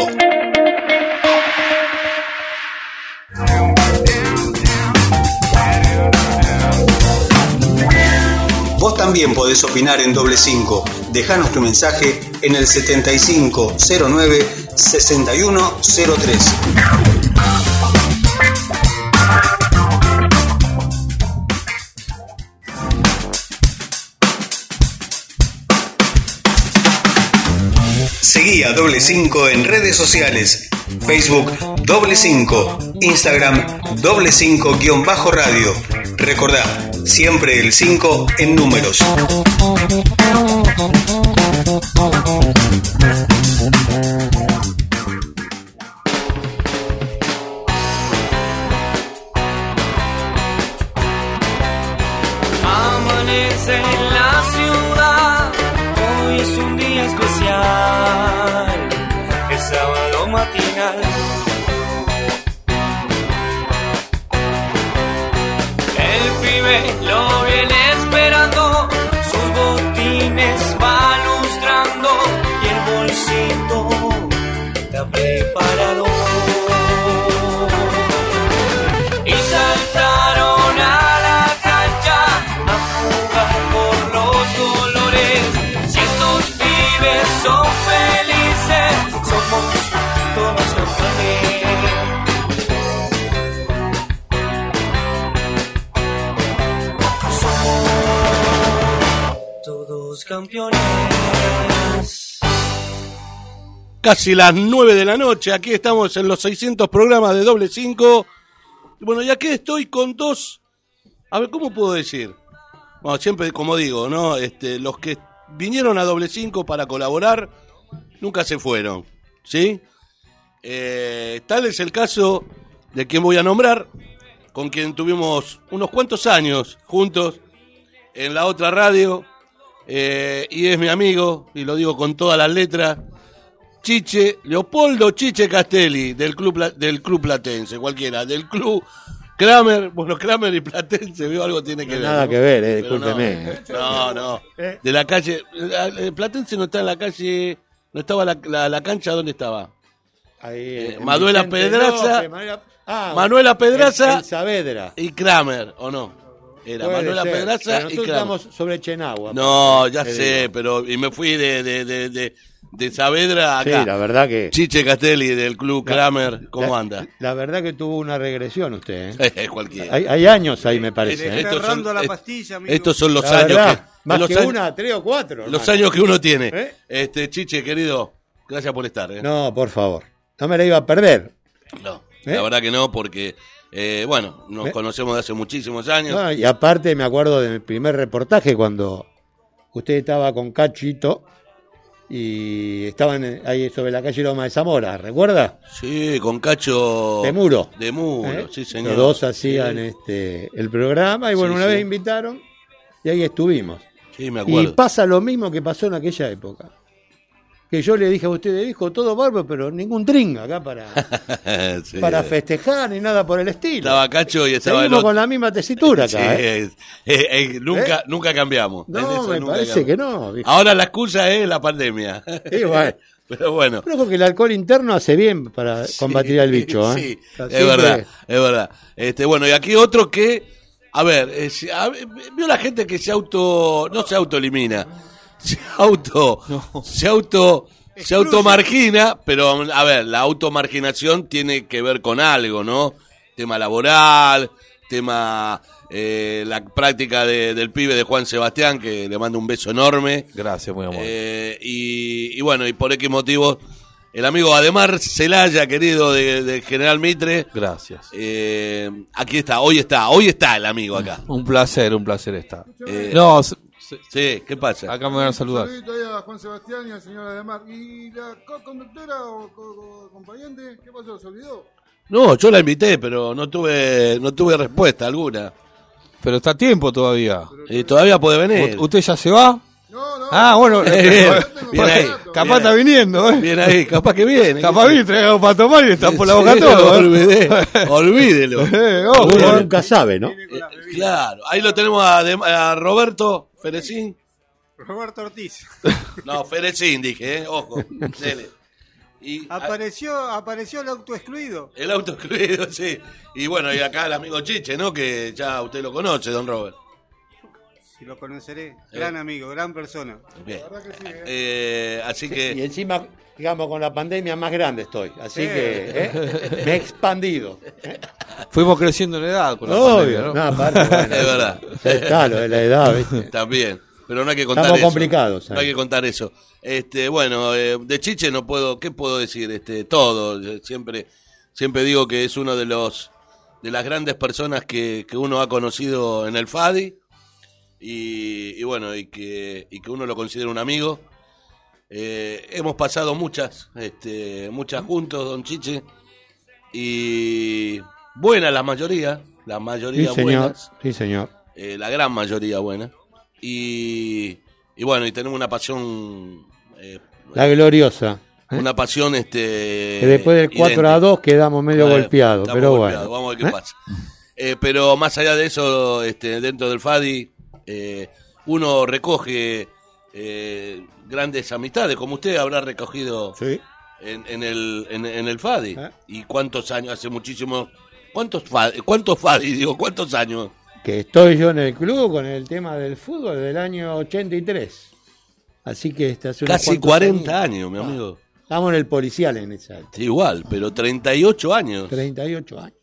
Speaker 8: Vos también podés opinar en doble 5. Dejanos tu mensaje en el 7509 6103. Seguí a Doble 5 en redes sociales. Facebook Doble 5, Instagram Doble 5 guión bajo radio. Recordá, siempre el 5 en números.
Speaker 13: Amanece en la ciudad, hoy es un día especial, es sábado matinal. El pibe lo viene esperando, sus botines va lustrando y el bolsillo. los campeones.
Speaker 1: Casi las 9 de la noche, aquí estamos en los 600 programas de doble 5. Bueno, y aquí estoy con dos. A ver, ¿cómo puedo decir? Bueno, siempre, como digo, ¿no? Este, los que vinieron a doble 5 para colaborar nunca se fueron, ¿sí? Eh, tal es el caso de quien voy a nombrar, con quien tuvimos unos cuantos años juntos en la otra radio, eh, y es mi amigo, y lo digo con todas las letras, Chiche, Leopoldo Chiche Castelli, del club, Pla- del club Platense, cualquiera, del club Kramer, bueno, Kramer y Platense, veo algo tiene que ver.
Speaker 14: Nada
Speaker 1: ¿no?
Speaker 14: que ver, eh,
Speaker 1: Pero no,
Speaker 14: discúlpeme.
Speaker 1: No, no, de la calle, la- la- Platense no está en la calle, no estaba la, la- la cancha, ¿dónde estaba? Eh,
Speaker 14: en
Speaker 1: Manuela
Speaker 14: Vicente
Speaker 1: Pedraza,
Speaker 14: López, Manuela- ah,
Speaker 1: Manuela
Speaker 14: en-
Speaker 1: Pedraza
Speaker 14: en Saavedra.
Speaker 1: y Kramer, ¿o no? Era
Speaker 14: Puede
Speaker 1: Manuela
Speaker 14: ser,
Speaker 1: Pedraza
Speaker 14: pero
Speaker 1: y
Speaker 14: nosotros
Speaker 1: Kramer.
Speaker 14: estamos sobre Chenagua.
Speaker 1: No, ya
Speaker 14: Te
Speaker 1: sé,
Speaker 14: digo.
Speaker 1: pero y me fui de, de, de, de, de Saavedra a
Speaker 14: Sí,
Speaker 1: acá.
Speaker 14: la verdad que-
Speaker 1: Chiche Castelli del Club Kramer, ¿cómo
Speaker 14: la-
Speaker 1: anda?
Speaker 14: La verdad que tuvo una regresión usted. ¿eh?
Speaker 1: Eh, Cualquiera.
Speaker 14: Hay, hay años ahí, me parece.
Speaker 1: Este-
Speaker 14: ¿eh?
Speaker 1: estos son-
Speaker 14: Errando la
Speaker 1: est-
Speaker 14: pastilla, amigo.
Speaker 1: Estos son los
Speaker 14: La
Speaker 1: años
Speaker 14: verdad,
Speaker 1: que...
Speaker 14: más
Speaker 1: los
Speaker 14: que
Speaker 1: años-
Speaker 14: una, tres o cuatro,
Speaker 1: Los
Speaker 14: hermano.
Speaker 1: años que uno tiene.
Speaker 14: ¿Eh?
Speaker 1: Este, Chiche, querido, gracias por estar. ¿eh?
Speaker 14: No, por favor. No me la iba a perder.
Speaker 1: No,
Speaker 14: ¿Eh?
Speaker 1: la verdad que no, porque, eh, bueno, nos
Speaker 14: ¿Eh?
Speaker 1: conocemos de hace muchísimos años.
Speaker 14: No, y aparte me acuerdo del primer reportaje cuando usted estaba con Cachito y estaban ahí sobre la calle Loma de Zamora, ¿recuerda?
Speaker 1: Sí, con Cacho...
Speaker 14: De Muro.
Speaker 1: De Muro,
Speaker 14: ¿Eh?
Speaker 1: sí, señor.
Speaker 14: Los dos hacían
Speaker 1: Sí.
Speaker 14: este el programa y bueno,
Speaker 1: Sí,
Speaker 14: una
Speaker 1: sí.
Speaker 14: vez invitaron y ahí estuvimos.
Speaker 1: Sí, me
Speaker 14: Y
Speaker 1: acuerdo.
Speaker 14: pasa lo mismo que pasó en aquella época. Que yo le dije a ustedes, hijo, todo bárbaro, pero ningún tringa acá para,
Speaker 1: Sí.
Speaker 14: para festejar ni nada por el estilo.
Speaker 1: Estaba Cacho y estaba el
Speaker 14: Seguimos
Speaker 1: otro.
Speaker 14: con la misma tesitura acá. ¿eh?
Speaker 1: Sí, es- eh, eh, nunca, nunca cambiamos. En
Speaker 14: No,
Speaker 1: eso
Speaker 14: me
Speaker 1: nunca
Speaker 14: parece
Speaker 1: cambiamos.
Speaker 14: que no. viejo.
Speaker 1: Ahora la excusa es la pandemia.
Speaker 14: Sí, bueno.
Speaker 1: Pero bueno.
Speaker 14: Creo que el alcohol interno hace bien para combatir al bicho. ¿eh?
Speaker 1: Sí,
Speaker 14: Así
Speaker 1: es
Speaker 14: que-
Speaker 1: verdad, es verdad. Este, bueno, y aquí otro que, a ver, eh, si- a ver, veo la gente que se auto, no se autoelimina, se auto, se auto, se automargina, pero a ver, la automarginación tiene que ver con algo, ¿no? Tema laboral, tema eh, la práctica de- del pibe de Juan Sebastián, que le mando un beso enorme.
Speaker 15: Gracias, muy amable.
Speaker 1: Eh, y, y bueno, y por X motivos, el amigo Ademar Celaya, querido de, de General Mitre. eh,
Speaker 15: Gracias.
Speaker 1: aquí está, hoy está, hoy está el amigo acá.
Speaker 15: Un placer, un placer estar.
Speaker 1: Eh,
Speaker 15: no, s-
Speaker 1: Sí, ¿qué pasa?
Speaker 15: acá me van a saludar.
Speaker 5: Saludito ahí a Juan Sebastián y al señor Ademar. ¿Y la co-conductora o co- co- acompañante? ¿Qué pasó? ¿Se olvidó?
Speaker 1: No, yo la invité, pero no tuve, no tuve respuesta alguna.
Speaker 15: Pero está a tiempo todavía.
Speaker 1: Y todavía puede venir.
Speaker 15: ¿Usted ya se va?
Speaker 5: No, no.
Speaker 15: Ah, bueno.
Speaker 1: Bien, bien ahí,
Speaker 15: Capaz
Speaker 1: bien
Speaker 15: está
Speaker 1: ahí.
Speaker 15: viniendo, ¿eh?
Speaker 1: Bien ahí, capaz que viene.
Speaker 15: Capaz viene, trae algo para tomar y está por la boca
Speaker 1: Sí,
Speaker 15: todo. ¿eh?
Speaker 1: olvidé, olvídelo.
Speaker 15: Eh, ojo,
Speaker 14: Uno
Speaker 15: eh.
Speaker 14: nunca sabe, ¿no?
Speaker 1: Claro, ahí lo tenemos a, Adem- a Roberto Ferecín.
Speaker 16: Roberto Ortiz.
Speaker 1: No, Ferecín dije, ¿eh? ojo. Dele. Y
Speaker 16: Apareció, apareció el autoexcluido.
Speaker 1: El auto excluido, sí. Y bueno, y acá el amigo Chiche, ¿no? Que ya usted lo conoce, don Robert.
Speaker 16: Si lo conoceré. Gran amigo, gran persona.
Speaker 1: Eh. Bien. Eh, así
Speaker 14: Y
Speaker 1: que.
Speaker 14: encima, digamos, con la pandemia más grande estoy. Así
Speaker 1: Sí.
Speaker 14: que ¿eh? me he expandido.
Speaker 15: Fuimos creciendo en edad con la pandemia,
Speaker 14: Obvio.
Speaker 15: ¿no?
Speaker 14: No, aparte, bueno,
Speaker 1: Es verdad.
Speaker 14: Ya está, lo de la edad, ¿viste?
Speaker 1: También. Pero no hay que contar
Speaker 14: Estamos
Speaker 1: eso.
Speaker 14: complicados,
Speaker 1: No hay que contar eso. Este, bueno, eh, de Chiche no puedo, ¿qué puedo decir? Este, todo. Yo Siempre, siempre digo que es uno de los de las grandes personas que, que uno ha conocido en el FADI. Y, y bueno, y que, y que uno lo considera un amigo. Eh, hemos pasado muchas, este, muchas juntos, don Chiche. Y buena la mayoría, la
Speaker 14: Sí,
Speaker 1: mayoría
Speaker 14: señor.
Speaker 1: buenas
Speaker 14: Sí, señor.
Speaker 1: eh, la gran mayoría buena. Y, y bueno, y tenemos una pasión, eh,
Speaker 14: La gloriosa. ¿eh?
Speaker 1: una pasión este
Speaker 14: Que después del 4 a 2 quedamos medio
Speaker 1: Bueno,
Speaker 14: golpeados,
Speaker 1: estamos
Speaker 14: pero
Speaker 1: golpeados,
Speaker 14: bueno.
Speaker 1: Vamos a ver qué pasa. Eh, pero más allá de eso, este, dentro del FADI, eh, uno recoge eh, grandes amistades, como usted habrá recogido en, en el, en, en el FADI.
Speaker 14: ¿Eh?
Speaker 1: ¿Y cuántos años? Hace muchísimos. ¿Cuántos FADI? ¿Cuántos FADI? Digo, ¿cuántos años?
Speaker 14: Que estoy yo en el club con el tema del fútbol del año 83. Así que este hace unos
Speaker 1: Casi
Speaker 14: cuantos
Speaker 1: 40
Speaker 14: añitos.
Speaker 1: años, mi
Speaker 14: Ah,
Speaker 1: amigo.
Speaker 14: Estamos en el policial en esa época.
Speaker 1: Igual, pero 38 años.
Speaker 14: 38 años.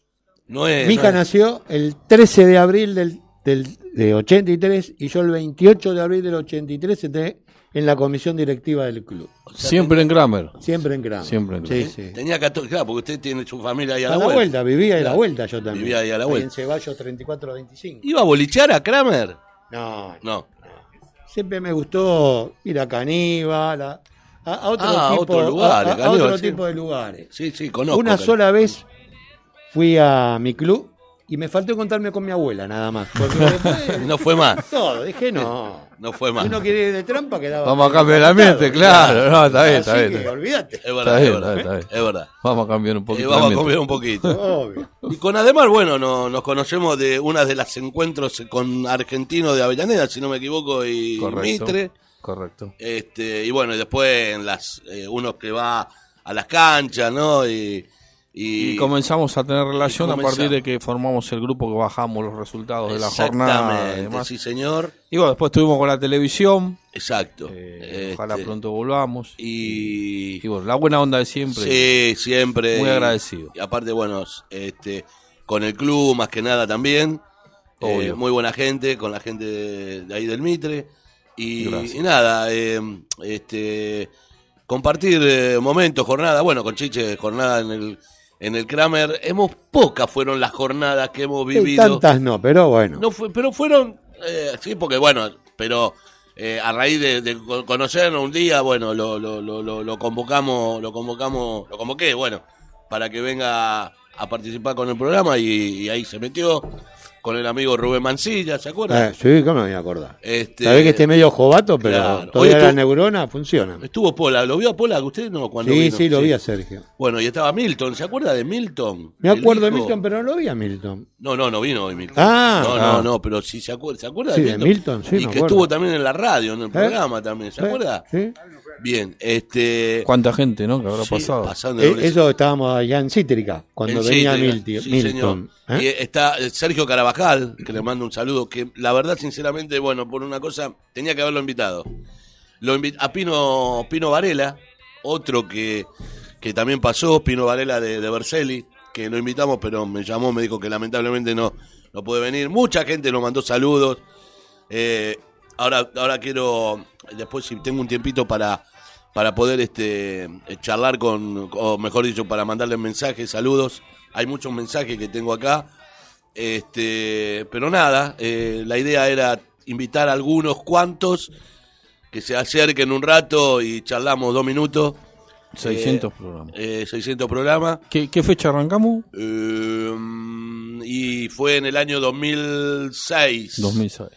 Speaker 1: No es,
Speaker 14: Mica
Speaker 1: no es-
Speaker 14: nació el 13 de abril del del, de 83 y yo el 28 de abril del 83 esté en la comisión directiva del club. O sea,
Speaker 15: Siempre en
Speaker 14: tenía-
Speaker 15: Grammer.
Speaker 14: Siempre en Grammer.
Speaker 15: Siempre en
Speaker 14: Sí,
Speaker 15: Grammer.
Speaker 14: sí.
Speaker 1: Tenía 14, claro, porque usted tiene su familia ahí a
Speaker 14: A
Speaker 1: la,
Speaker 14: la vuelta, vivía ahí a la
Speaker 1: Claro,
Speaker 14: vuelta yo también.
Speaker 1: Vivía ahí a la
Speaker 14: Ahí
Speaker 1: vuelta.
Speaker 14: En Ceballos 3425.
Speaker 1: ¿Iba a bolichar a Kramer?
Speaker 14: No,
Speaker 1: No.
Speaker 14: siempre me gustó ir a Caníbal, a, a- a otro
Speaker 1: Ah, a
Speaker 14: tipo,
Speaker 1: otro lugar,
Speaker 14: a- a- a
Speaker 1: Caníbal,
Speaker 14: otro
Speaker 1: sí.
Speaker 14: tipo de lugares.
Speaker 1: Sí, sí, conozco.
Speaker 14: Una
Speaker 1: Caníbal.
Speaker 14: sola vez fui a mi club y me faltó contarme con mi abuela nada más. porque después-
Speaker 1: No fue más.
Speaker 14: No, dije no.
Speaker 1: No fue más.
Speaker 14: Si uno quiere ir de trampa quedaba.
Speaker 15: Vamos a cambiar el ambiente, claro. No, está bien, está
Speaker 14: Así
Speaker 15: bien.
Speaker 14: que
Speaker 15: está bien.
Speaker 14: olvídate.
Speaker 1: Es verdad,
Speaker 15: Está bien,
Speaker 1: es
Speaker 15: está
Speaker 1: verdad,
Speaker 15: bien, está bien.
Speaker 1: es verdad.
Speaker 15: Vamos a cambiar un
Speaker 1: Eh,
Speaker 15: poquito.
Speaker 1: vamos a
Speaker 15: el ambiente.
Speaker 1: comer un poquito.
Speaker 14: Obvio.
Speaker 1: Y con Ademar, bueno, no, nos conocemos de una de las encuentros con argentinos de Avellaneda, si no me equivoco, y
Speaker 15: Correcto.
Speaker 1: Mitre.
Speaker 15: Correcto.
Speaker 1: Este, y bueno, y después en las eh, unos que va a las canchas, ¿no? Y, y-
Speaker 15: Y comenzamos a tener relación a
Speaker 1: comenzamos.
Speaker 15: partir de que formamos el grupo que bajamos los resultados de la jornada. y
Speaker 1: Exactamente,
Speaker 15: demás.
Speaker 1: sí, señor.
Speaker 15: Y bueno, después estuvimos con la televisión.
Speaker 1: Exacto.
Speaker 15: Eh, Ojalá
Speaker 1: Este,
Speaker 15: pronto volvamos.
Speaker 1: Y,
Speaker 15: bueno, la buena onda de siempre.
Speaker 1: Sí, siempre.
Speaker 15: Muy
Speaker 1: Y-
Speaker 15: agradecido.
Speaker 1: Y aparte, bueno, este, con el club más que nada también. Eh,
Speaker 15: Obvio.
Speaker 1: muy buena gente, con la gente de, de ahí del Mitre. Y,
Speaker 15: Gracias.
Speaker 1: y nada, eh, este, compartir eh, momentos, jornadas. Bueno, con Chiche, jornada en el, en el Kramer. Hemos, pocas fueron las jornadas que hemos
Speaker 14: Y
Speaker 1: vivido.
Speaker 14: tantas no, pero bueno.
Speaker 1: No fue, pero fueron, eh, sí, porque bueno, pero eh, a raíz de, de co- conocernos un día, bueno, lo, lo, lo, lo- lo convocamos, lo convocamos, lo convoqué, bueno, para que venga a participar con el programa y, y ahí se metió con el amigo Rubén Mancilla, ¿se acuerda?
Speaker 14: Eh, sí, cómo me voy a acordar.
Speaker 1: Este-
Speaker 14: Sabés que este medio jovato, pero
Speaker 1: Claro. Hoy
Speaker 14: todavía la
Speaker 1: estuvo-
Speaker 14: neurona funciona.
Speaker 1: Estuvo Pola, ¿lo vio a Pola? ¿Usted no? Cuando
Speaker 14: Sí,
Speaker 1: vino?
Speaker 14: sí, lo vi a Sergio.
Speaker 1: Bueno, y estaba Milton, ¿se acuerda de Milton?
Speaker 14: Me
Speaker 1: El
Speaker 14: acuerdo de
Speaker 1: hijo-
Speaker 14: Milton, pero no lo vi a Milton.
Speaker 1: No, no, no vino hoy Milton.
Speaker 14: Ah.
Speaker 1: no,
Speaker 14: Ah.
Speaker 1: no, no, pero sí se acuerda, ¿se acuerda
Speaker 14: Sí, de Milton, sí,
Speaker 1: Y
Speaker 14: me
Speaker 1: que
Speaker 14: acuerdo.
Speaker 1: estuvo también en la radio, en el programa también, ¿se
Speaker 14: Sí,
Speaker 1: acuerda?
Speaker 14: sí.
Speaker 1: Bien, este
Speaker 15: ¿Cuánta gente, no? Que habrá
Speaker 1: Sí,
Speaker 15: pasado.
Speaker 1: pasando
Speaker 14: Eh,
Speaker 1: doble-
Speaker 14: eso estábamos allá en Cítrica, cuando
Speaker 1: en
Speaker 14: venía
Speaker 1: Cítrica.
Speaker 14: Milti-
Speaker 1: Sí,
Speaker 14: Milton.
Speaker 1: señor.
Speaker 14: ¿eh?
Speaker 1: Y está eh, Sergio Carabajal, que le mando un saludo, que la verdad, sinceramente, bueno, por una cosa, tenía que haberlo invitado. Lo invi- a Pino, Pino Varela, otro que, que también pasó, Pino Varela de, de Berselli, que lo invitamos, pero me llamó, me dijo que lamentablemente no, no puede venir. Mucha gente nos mandó saludos. Eh, ahora, ahora quiero, después si tengo un tiempito para, para poder este, eh, charlar con, o mejor dicho, para mandarle mensajes, saludos. Hay muchos mensajes que tengo acá. Este, pero nada, eh, la idea era invitar a algunos cuantos que se acerquen un rato y charlamos dos minutos.
Speaker 15: 600 programas.
Speaker 1: Eh, 600 programas.
Speaker 15: ¿Qué, qué fecha arrancamos?
Speaker 1: Eh, y fue en el año 2006.
Speaker 15: 2006.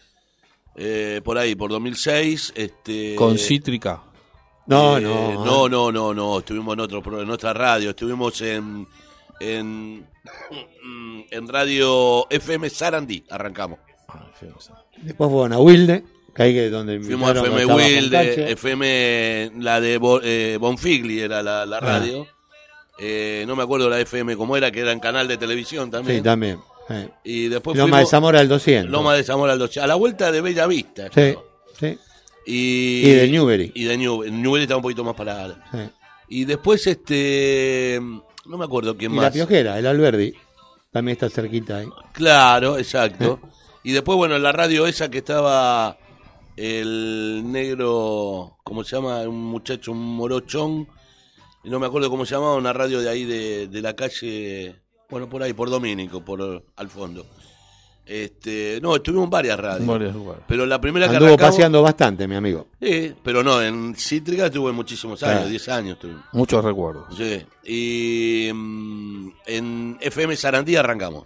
Speaker 1: Eh, por ahí, por 2006. Este,
Speaker 15: Con Cítrica.
Speaker 1: eh, No, no, no, no. Estuvimos en, otro, pro- en otra radio. Estuvimos en, en, en radio FM Sarandí. Arrancamos.
Speaker 14: Después fueron a Wilde, que ahí que es donde
Speaker 1: Fuimos a
Speaker 14: invitaron
Speaker 1: FM
Speaker 14: cuando estaba
Speaker 1: Wilde,
Speaker 14: Fontache.
Speaker 1: FM, la de Bo- eh, Bonfigli era la,
Speaker 14: Ah.
Speaker 1: la radio. Eh, no me acuerdo la FM cómo era, que era en canal de televisión también.
Speaker 14: Sí, también. eh.
Speaker 1: Y después
Speaker 14: Loma de
Speaker 1: fuimos-
Speaker 14: Zamora al 200.
Speaker 1: Loma de Zamora al 200. A la vuelta de Bella Vista.
Speaker 14: Sí,
Speaker 1: creo.
Speaker 14: sí.
Speaker 1: Y,
Speaker 14: Y de Newbery.
Speaker 1: Y de Newbery. Newbery está un poquito más para...
Speaker 14: Sí.
Speaker 1: Y después, este... No me acuerdo quién
Speaker 14: Y
Speaker 1: más.
Speaker 14: la Piojera, el Alberdi, también está cerquita ahí.
Speaker 1: Claro, exacto. y después, bueno, la radio esa que estaba el negro, ¿cómo se llama? Un muchacho, un morochón. No me acuerdo cómo se llamaba, una radio de ahí de, de la calle, bueno, por ahí, por Domínico, por al fondo. Este, no, estuvimos en varias radios.
Speaker 15: Varios lugares.
Speaker 1: Pero la primera que
Speaker 14: Anduvo
Speaker 1: arrancamos,
Speaker 14: paseando bastante, mi amigo.
Speaker 1: Sí, pero no, en Cítrica estuve muchísimos años,
Speaker 14: Claro.
Speaker 1: 10 años estuvimos.
Speaker 15: Muchos recuerdos.
Speaker 1: Sí. Y mm, en FM Sarandí arrancamos.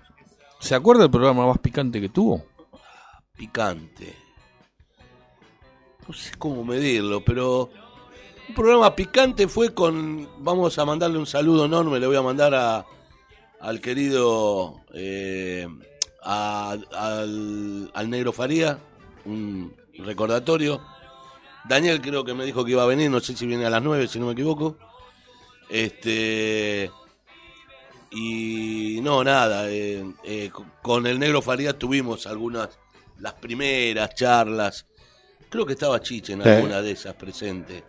Speaker 15: ¿Se acuerda el programa más picante que tuvo?
Speaker 1: picante. No sé cómo medirlo, pero un programa picante fue con. Vamos a mandarle un saludo enorme, le voy a mandar a, al querido. eh, a- al, al Negro Faría, un recordatorio. Daniel creo que me dijo que iba a venir, no sé si viene a las 9, si no me equivoco. Este. Y no, nada, eh, eh, co- con el Negro Faría tuvimos algunas, las primeras charlas. Creo que estaba Chiche en
Speaker 14: Sí.
Speaker 1: alguna de esas presente.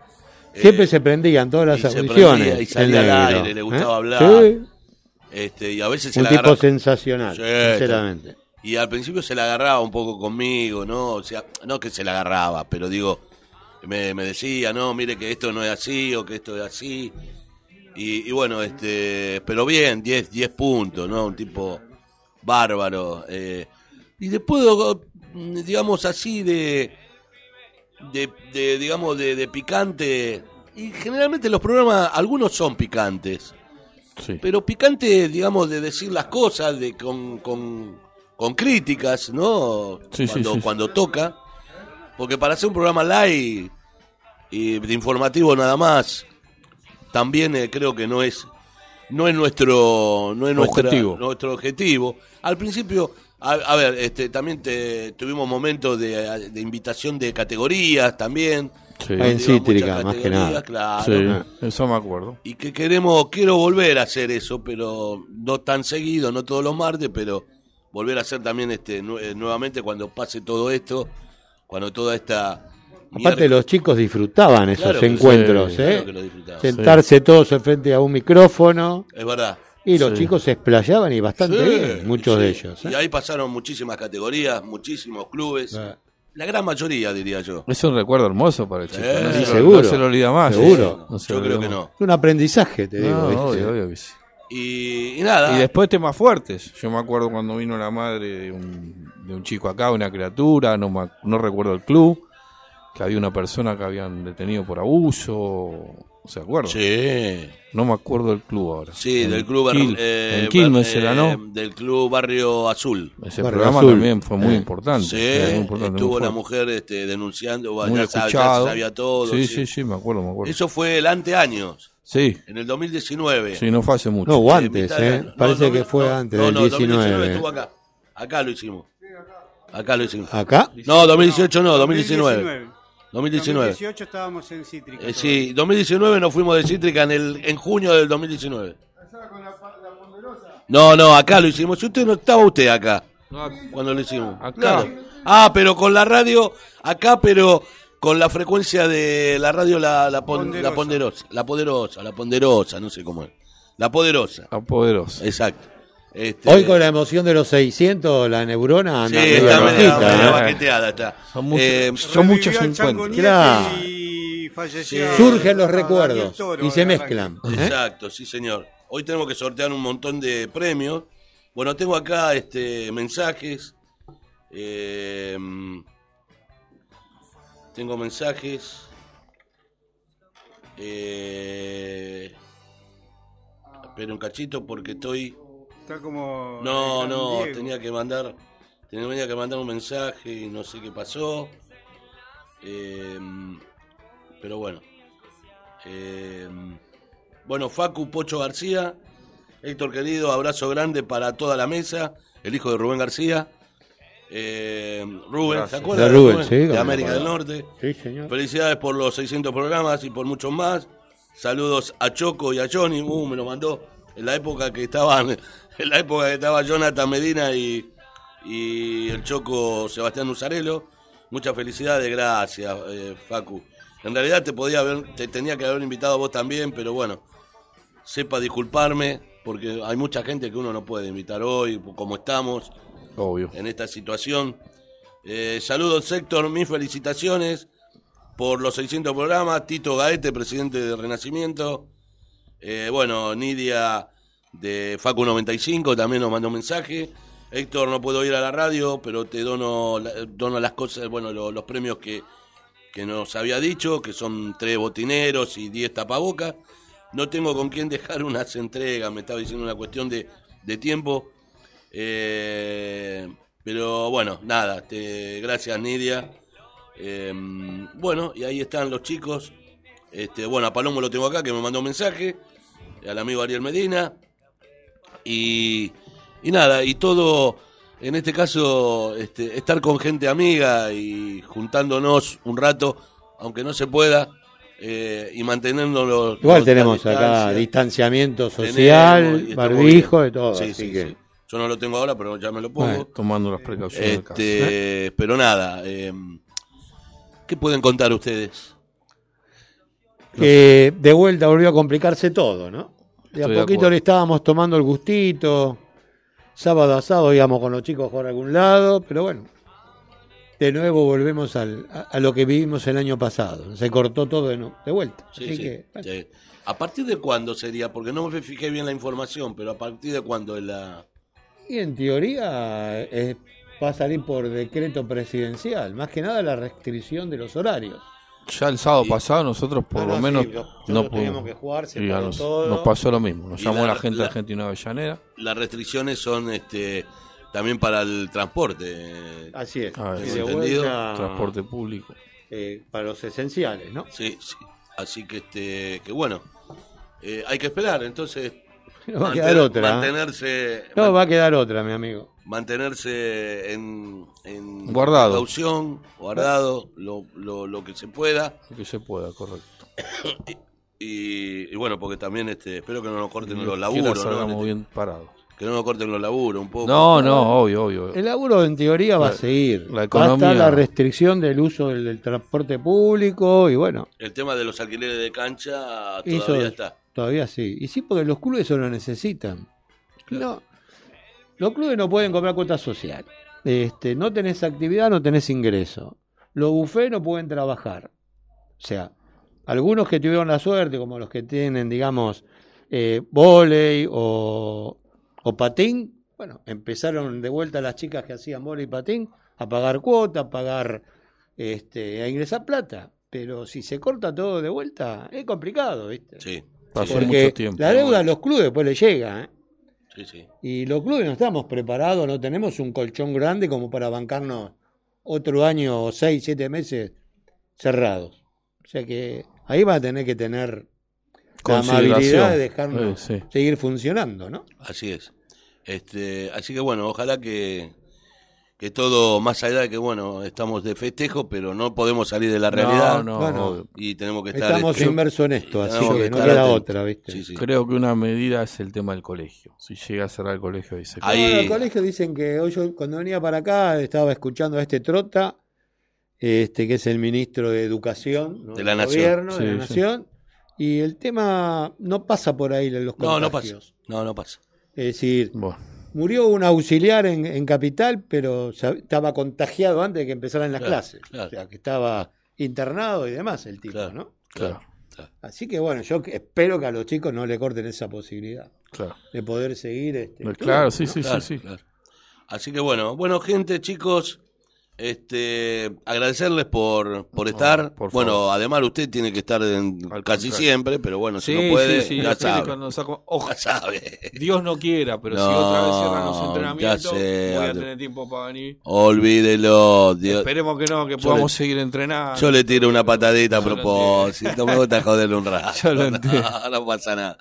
Speaker 14: Siempre
Speaker 1: Eh,
Speaker 14: se prendían todas las
Speaker 1: y se
Speaker 14: audiciones.
Speaker 1: prendía y
Speaker 14: el
Speaker 1: salía al
Speaker 14: negro,
Speaker 1: aire, le
Speaker 14: ¿eh?
Speaker 1: gustaba hablar.
Speaker 14: Sí,
Speaker 1: Este, y a veces se
Speaker 14: Un
Speaker 1: la
Speaker 14: tipo
Speaker 1: agarra-
Speaker 14: sensacional,
Speaker 1: Sí,
Speaker 14: sinceramente.
Speaker 1: Y Y al principio se la agarraba un poco conmigo, ¿no? O sea, no que se la agarraba, pero digo, me, me decía, no, mire que esto no es así o que esto es así. Y, y bueno, este, pero bien, 10, 10 puntos, ¿no? Un tipo bárbaro. eh. Y después, digamos así, de, de, de, digamos, de, de picante. Y generalmente los programas, algunos son picantes. Pero picante, digamos, de decir las cosas, de con, con, con críticas, ¿no?
Speaker 15: Sí, sí,
Speaker 1: cuando,
Speaker 15: sí, sí.
Speaker 1: cuando toca. Porque para hacer un programa live y de informativo nada más, también eh, creo que no es no es nuestro no es nuestra-
Speaker 15: Objetivo.
Speaker 1: nuestro objetivo. Al principio, a, a ver, este, también te- tuvimos momentos de, de invitación de categorías también.
Speaker 15: Sí.
Speaker 14: En
Speaker 1: Digo,
Speaker 14: Cítrica,
Speaker 1: muchas
Speaker 14: más que
Speaker 1: categorías,
Speaker 14: nada.
Speaker 1: claro.
Speaker 15: Sí, eso me acuerdo.
Speaker 1: Y que queremos, quiero volver a hacer eso, pero no tan seguido, no todos los martes, pero volver a hacer también este nue- eh, nuevamente cuando pase todo esto, cuando toda esta
Speaker 14: Aparte los chicos disfrutaban esos
Speaker 1: Claro que sí,
Speaker 14: encuentros,
Speaker 1: claro
Speaker 14: ¿eh?
Speaker 1: que lo disfrutaban.
Speaker 14: Sentarse todos al frente a un micrófono.
Speaker 1: Es verdad.
Speaker 14: Y los
Speaker 1: Sí.
Speaker 14: chicos se explayaban y bastante
Speaker 1: Sí,
Speaker 14: bien, muchos de ellos. ¿eh?
Speaker 1: Y ahí pasaron muchísimas categorías, muchísimos clubes,
Speaker 15: Ah.
Speaker 1: la gran mayoría diría yo.
Speaker 15: Es un recuerdo hermoso para el chico.
Speaker 1: Eh,
Speaker 15: no,
Speaker 1: sí,
Speaker 15: se lo-
Speaker 14: seguro,
Speaker 15: no se lo olvida más. ¿eh?
Speaker 14: seguro.
Speaker 15: No se
Speaker 1: Yo
Speaker 15: lo
Speaker 1: creo
Speaker 15: olvida
Speaker 1: que
Speaker 15: más.
Speaker 1: no.
Speaker 14: Un aprendizaje, te digo.
Speaker 15: No,
Speaker 14: ¿viste?
Speaker 15: obvio, obvio que sí.
Speaker 1: Y, y nada.
Speaker 15: Y después temas fuertes. Yo me acuerdo cuando vino la madre de un, de un chico acá, una criatura, no, me ac- no recuerdo el club, que había una persona que habían detenido por abuso. ¿Se acuerdan?
Speaker 1: Sí.
Speaker 15: No me acuerdo el club ahora.
Speaker 1: Sí,
Speaker 15: En
Speaker 1: del club Bar-
Speaker 15: Quil-
Speaker 1: eh,
Speaker 15: en Quilmes
Speaker 1: Bar-
Speaker 15: era, ¿no?
Speaker 1: eh, del club Barrio Azul. Eh.
Speaker 15: Ese Barrio programa Azul. también fue muy importante,
Speaker 1: Sí,
Speaker 15: era muy importante,
Speaker 1: estuvo
Speaker 15: muy
Speaker 1: la
Speaker 15: fuerte.
Speaker 1: mujer este, denunciando,
Speaker 15: Muy
Speaker 1: bueno, ya, sab- ya
Speaker 15: escuchado.
Speaker 1: sabía todo.
Speaker 15: Sí, sí, sí, me acuerdo, me acuerdo.
Speaker 1: Eso fue el anteaños,
Speaker 15: Sí,
Speaker 1: en el 2019.
Speaker 15: sí, no fue hace mucho.
Speaker 14: No, o antes,
Speaker 1: mitad de
Speaker 14: ¿eh?
Speaker 1: año. No,
Speaker 14: Parece
Speaker 1: no,
Speaker 14: que
Speaker 1: no,
Speaker 14: fue
Speaker 1: no,
Speaker 14: antes
Speaker 1: no,
Speaker 14: del
Speaker 1: no,
Speaker 14: 19.
Speaker 1: 2019 estuvo acá. Acá lo hicimos. Acá lo hicimos.
Speaker 14: ¿Acá?
Speaker 1: No, 2018 no, 2019. 2019.
Speaker 16: 2018 estábamos en Cítrica.
Speaker 1: Eh, sí, 2019 nos fuimos de Cítrica en, el, en junio del 2019. No, no, acá lo hicimos. Si usted no estaba usted acá cuando lo hicimos. Claro. Ah, pero con la radio, acá, pero con la frecuencia de la radio, la, la, pon- la ponderosa. La poderosa, la ponderosa, no sé cómo es. La poderosa.
Speaker 15: La poderosa.
Speaker 1: Exacto. Este,
Speaker 14: Hoy con la emoción de los 600, la neurona
Speaker 1: Sí,
Speaker 14: anda medio
Speaker 1: está medio-
Speaker 14: rojita,
Speaker 1: medio
Speaker 14: ¿eh?
Speaker 1: baqueteada, está.
Speaker 15: Son muchos-
Speaker 1: Eh,
Speaker 15: son muchos Revivió al encuentros. Chango Nieto
Speaker 14: Claro.
Speaker 16: Y falleció.
Speaker 14: Sí. Surgen los
Speaker 16: Ah, Daniel
Speaker 14: recuerdos
Speaker 16: Toro,
Speaker 14: y se
Speaker 16: la
Speaker 14: mezclan. ¿eh?
Speaker 1: Exacto, sí señor. Hoy tenemos que sortear un montón de premios. Bueno, tengo acá este mensajes. Eh, tengo mensajes. Eh, espera un cachito porque estoy.
Speaker 16: Está como. eh,
Speaker 1: No, no,
Speaker 16: Diego.
Speaker 1: tenía que mandar. Tenía que mandar un mensaje y no sé qué pasó. Eh, pero bueno. Eh, bueno, Facu Pocho García. Héctor querido, abrazo grande para toda la mesa. El hijo de Rubén García. Eh, Rubén, ¿se
Speaker 14: Gracias.
Speaker 1: acuerdan?
Speaker 14: De Rubén, sí,
Speaker 1: De
Speaker 14: cómo
Speaker 1: América
Speaker 14: no.
Speaker 1: del Norte.
Speaker 14: Sí, señor.
Speaker 1: Felicidades por los 600 programas y por muchos más. Saludos a Choco y a Johnny. Uh, me lo mandó en la época que estaban, en la época que estaba Jonathan Medina y, y el Choco Sebastián Usarelo. Muchas felicidades, gracias, eh, Facu. En realidad te podía haber, te tenía que haber invitado a vos también, pero bueno, sepa disculparme porque hay mucha gente que uno no puede invitar hoy, como estamos
Speaker 15: Obvio.
Speaker 1: en esta situación. Eh, saludos, Héctor, mis felicitaciones por los 600 programas. Tito Gaete, presidente de Renacimiento. Eh, bueno, Nidia de Facu95 también nos mandó un mensaje. Héctor, no puedo ir a la radio, pero te dono, la- dono las cosas, bueno, lo- los premios que, que nos había dicho, que son tres botineros y diez tapabocas. No tengo con quién dejar unas entregas, me estaba diciendo una cuestión de, de tiempo. Eh, pero bueno, nada, te- gracias Nidia. Eh, bueno, y ahí están los chicos. Este, bueno, a Palomo lo tengo acá, que me mandó un mensaje. Al amigo Ariel Medina. Y, y nada, y todo, en este caso, este, estar con gente amiga y juntándonos un rato, aunque no se pueda, eh, y manteniéndonos.
Speaker 14: Igual
Speaker 1: la
Speaker 14: tenemos acá
Speaker 1: distancia.
Speaker 14: distanciamiento
Speaker 1: Tenemos,
Speaker 14: social,
Speaker 1: y estamos
Speaker 14: barbijo, de
Speaker 1: bien.
Speaker 14: todo.
Speaker 1: Sí,
Speaker 14: así
Speaker 1: sí,
Speaker 14: que
Speaker 1: sí. Yo no lo tengo ahora, pero ya me lo pongo.
Speaker 15: Tomando las precauciones del caso.
Speaker 1: Este, Pero nada, eh, ¿qué pueden contar ustedes?
Speaker 14: que de vuelta volvió a complicarse todo, ¿no? De
Speaker 1: Estoy de
Speaker 14: a poquito
Speaker 1: acuerdo.
Speaker 14: le estábamos tomando el gustito, sábado a sábado íbamos con los chicos a jugar a algún lado, pero bueno, de nuevo volvemos al- a, a lo que vivimos el año pasado. Se cortó todo de, nu- de vuelta.
Speaker 1: Sí,
Speaker 14: Así
Speaker 1: sí,
Speaker 14: que,
Speaker 1: sí. ¿A partir de cuándo sería? Porque no me fijé bien la información, pero ¿a partir de cuándo es la...?
Speaker 14: y en teoría eh, va a salir por decreto presidencial, más que nada la restricción de los horarios.
Speaker 15: Ya el sábado pasado nosotros
Speaker 1: Ah,
Speaker 15: por lo
Speaker 14: no,
Speaker 15: menos
Speaker 14: sí, nosotros
Speaker 15: no
Speaker 14: teníamos
Speaker 15: pudimos.
Speaker 14: que jugar, se
Speaker 15: Y a
Speaker 14: paró
Speaker 15: nos,
Speaker 14: todo.
Speaker 15: nos pasó lo mismo. Nos
Speaker 1: Y
Speaker 15: llamó
Speaker 1: la-
Speaker 15: la, gente
Speaker 1: la-
Speaker 15: argentina de Avellaneda.
Speaker 1: Las restricciones son este también para el transporte.
Speaker 14: Así es.
Speaker 1: Tengo
Speaker 14: Y de
Speaker 1: entendido.
Speaker 14: vuelta-
Speaker 15: Transporte público.
Speaker 14: Eh, para los esenciales, ¿no?
Speaker 1: Sí, sí. Así que, este que bueno, eh, hay que esperar, entonces...
Speaker 14: No va a quedar otra. ¿eh?
Speaker 1: Mantenerse...
Speaker 14: No, va a quedar otra, mi amigo.
Speaker 1: mantenerse en, en
Speaker 14: Guardado.
Speaker 1: precaución, guardado, lo, lo, lo que se pueda.
Speaker 15: Lo que se pueda, correcto.
Speaker 1: Y, y bueno, porque también este, espero que no nos corten
Speaker 15: Ni
Speaker 1: los
Speaker 15: siquiera
Speaker 1: laburos,
Speaker 15: salgamos
Speaker 1: ¿no?
Speaker 15: bien parados.
Speaker 1: Que no nos corten los laburos un poco.
Speaker 15: No, no, obvio, obvio.
Speaker 14: El laburo en teoría va a
Speaker 15: La-
Speaker 14: seguir.
Speaker 15: la
Speaker 14: Va a estar
Speaker 15: economía-
Speaker 14: la restricción del uso del, del transporte público y bueno,
Speaker 1: El tema de los alquileres de cancha
Speaker 14: eso
Speaker 1: todavía está.
Speaker 14: todavía sí. Y sí, porque los clubes eso lo necesitan. No, los clubes no pueden cobrar cuota social. Este, no tenés actividad, no tenés ingreso. Los bufés no pueden trabajar. O sea, algunos que tuvieron la suerte, como los que tienen, digamos, eh, volei o, o patín, bueno, empezaron de vuelta las chicas que hacían volei y patín a pagar cuota, a pagar, este, a ingresar plata. Pero si se corta todo de vuelta, es complicado, ¿viste?
Speaker 1: Sí.
Speaker 15: Pasó
Speaker 14: Porque
Speaker 15: mucho tiempo.
Speaker 14: La deuda a los clubes después le llega, ¿eh?
Speaker 1: Sí, sí.
Speaker 14: Y los clubes no estamos preparados, no tenemos un colchón grande como para bancarnos otro año o seis, siete meses cerrados. O sea que ahí va a tener que tener la
Speaker 1: Consideración.
Speaker 14: amabilidad de dejarnos
Speaker 1: Eh, sí.
Speaker 14: seguir funcionando, ¿no?
Speaker 1: Así es. Este, así que bueno, ojalá que, que todo, más allá de que bueno, estamos de festejo, pero no podemos salir de la
Speaker 15: No,
Speaker 1: realidad.
Speaker 15: no, Bueno, obvio.
Speaker 1: y tenemos que estar.
Speaker 14: Estamos
Speaker 1: este,
Speaker 14: inmersos en esto, así
Speaker 1: tenemos
Speaker 14: que no
Speaker 1: estar
Speaker 14: queda
Speaker 1: atentos.
Speaker 14: otra, ¿viste?
Speaker 1: Sí, sí.
Speaker 15: Creo que una medida es el tema del colegio. Si llega a cerrar el colegio, dice.
Speaker 14: Bueno, el colegio dicen que hoy yo cuando venía para acá estaba escuchando a este Trota, este que es el ministro de Educación ¿no?
Speaker 1: De la
Speaker 14: del
Speaker 1: Nación.
Speaker 14: gobierno, de
Speaker 1: Sí,
Speaker 14: la
Speaker 1: sí.
Speaker 14: Nación, y el tema no pasa por ahí los
Speaker 1: No,
Speaker 14: contagios.
Speaker 1: no pasa. No, no pasa.
Speaker 14: Es decir, murió un auxiliar en, en Capital, pero sa- estaba contagiado antes de que empezaran las
Speaker 1: Claro,
Speaker 14: clases. O sea, que estaba internado y demás el tipo, ¿no?
Speaker 1: Claro.
Speaker 14: Así que bueno, yo que- espero que a los chicos no le corten esa posibilidad
Speaker 15: Claro. Eh,
Speaker 14: de poder seguir. Este,
Speaker 15: Claro, sí,
Speaker 14: ¿no?
Speaker 15: sí,
Speaker 1: Claro,
Speaker 15: sí, sí.
Speaker 1: claro. Así que bueno, bueno gente, chicos, este, agradecerles por, por estar.
Speaker 15: por favor.
Speaker 1: bueno, además usted tiene que estar en- casi
Speaker 15: contrario.
Speaker 1: siempre, pero bueno, si
Speaker 15: Sí,
Speaker 1: no puede,
Speaker 15: sí, sí,
Speaker 1: ya
Speaker 15: después
Speaker 1: sabe.
Speaker 15: cuando nos saco- ojalá.
Speaker 1: sabe.
Speaker 15: Dios no quiera, pero si
Speaker 1: No,
Speaker 15: otra vez cierran los
Speaker 1: ya
Speaker 15: entrenamientos,
Speaker 1: sé,
Speaker 15: voy a
Speaker 1: Aldo.
Speaker 15: tener tiempo para venir.
Speaker 1: Olvídelo, Dios.
Speaker 15: Esperemos que no, que
Speaker 1: Yo
Speaker 15: podamos
Speaker 1: le-
Speaker 15: seguir entrenando.
Speaker 1: Yo le tiro una patadita a
Speaker 15: Yo lo
Speaker 1: propósito, me gusta joderle un rato.
Speaker 15: Yo lo
Speaker 1: Ah, no, no pasa nada.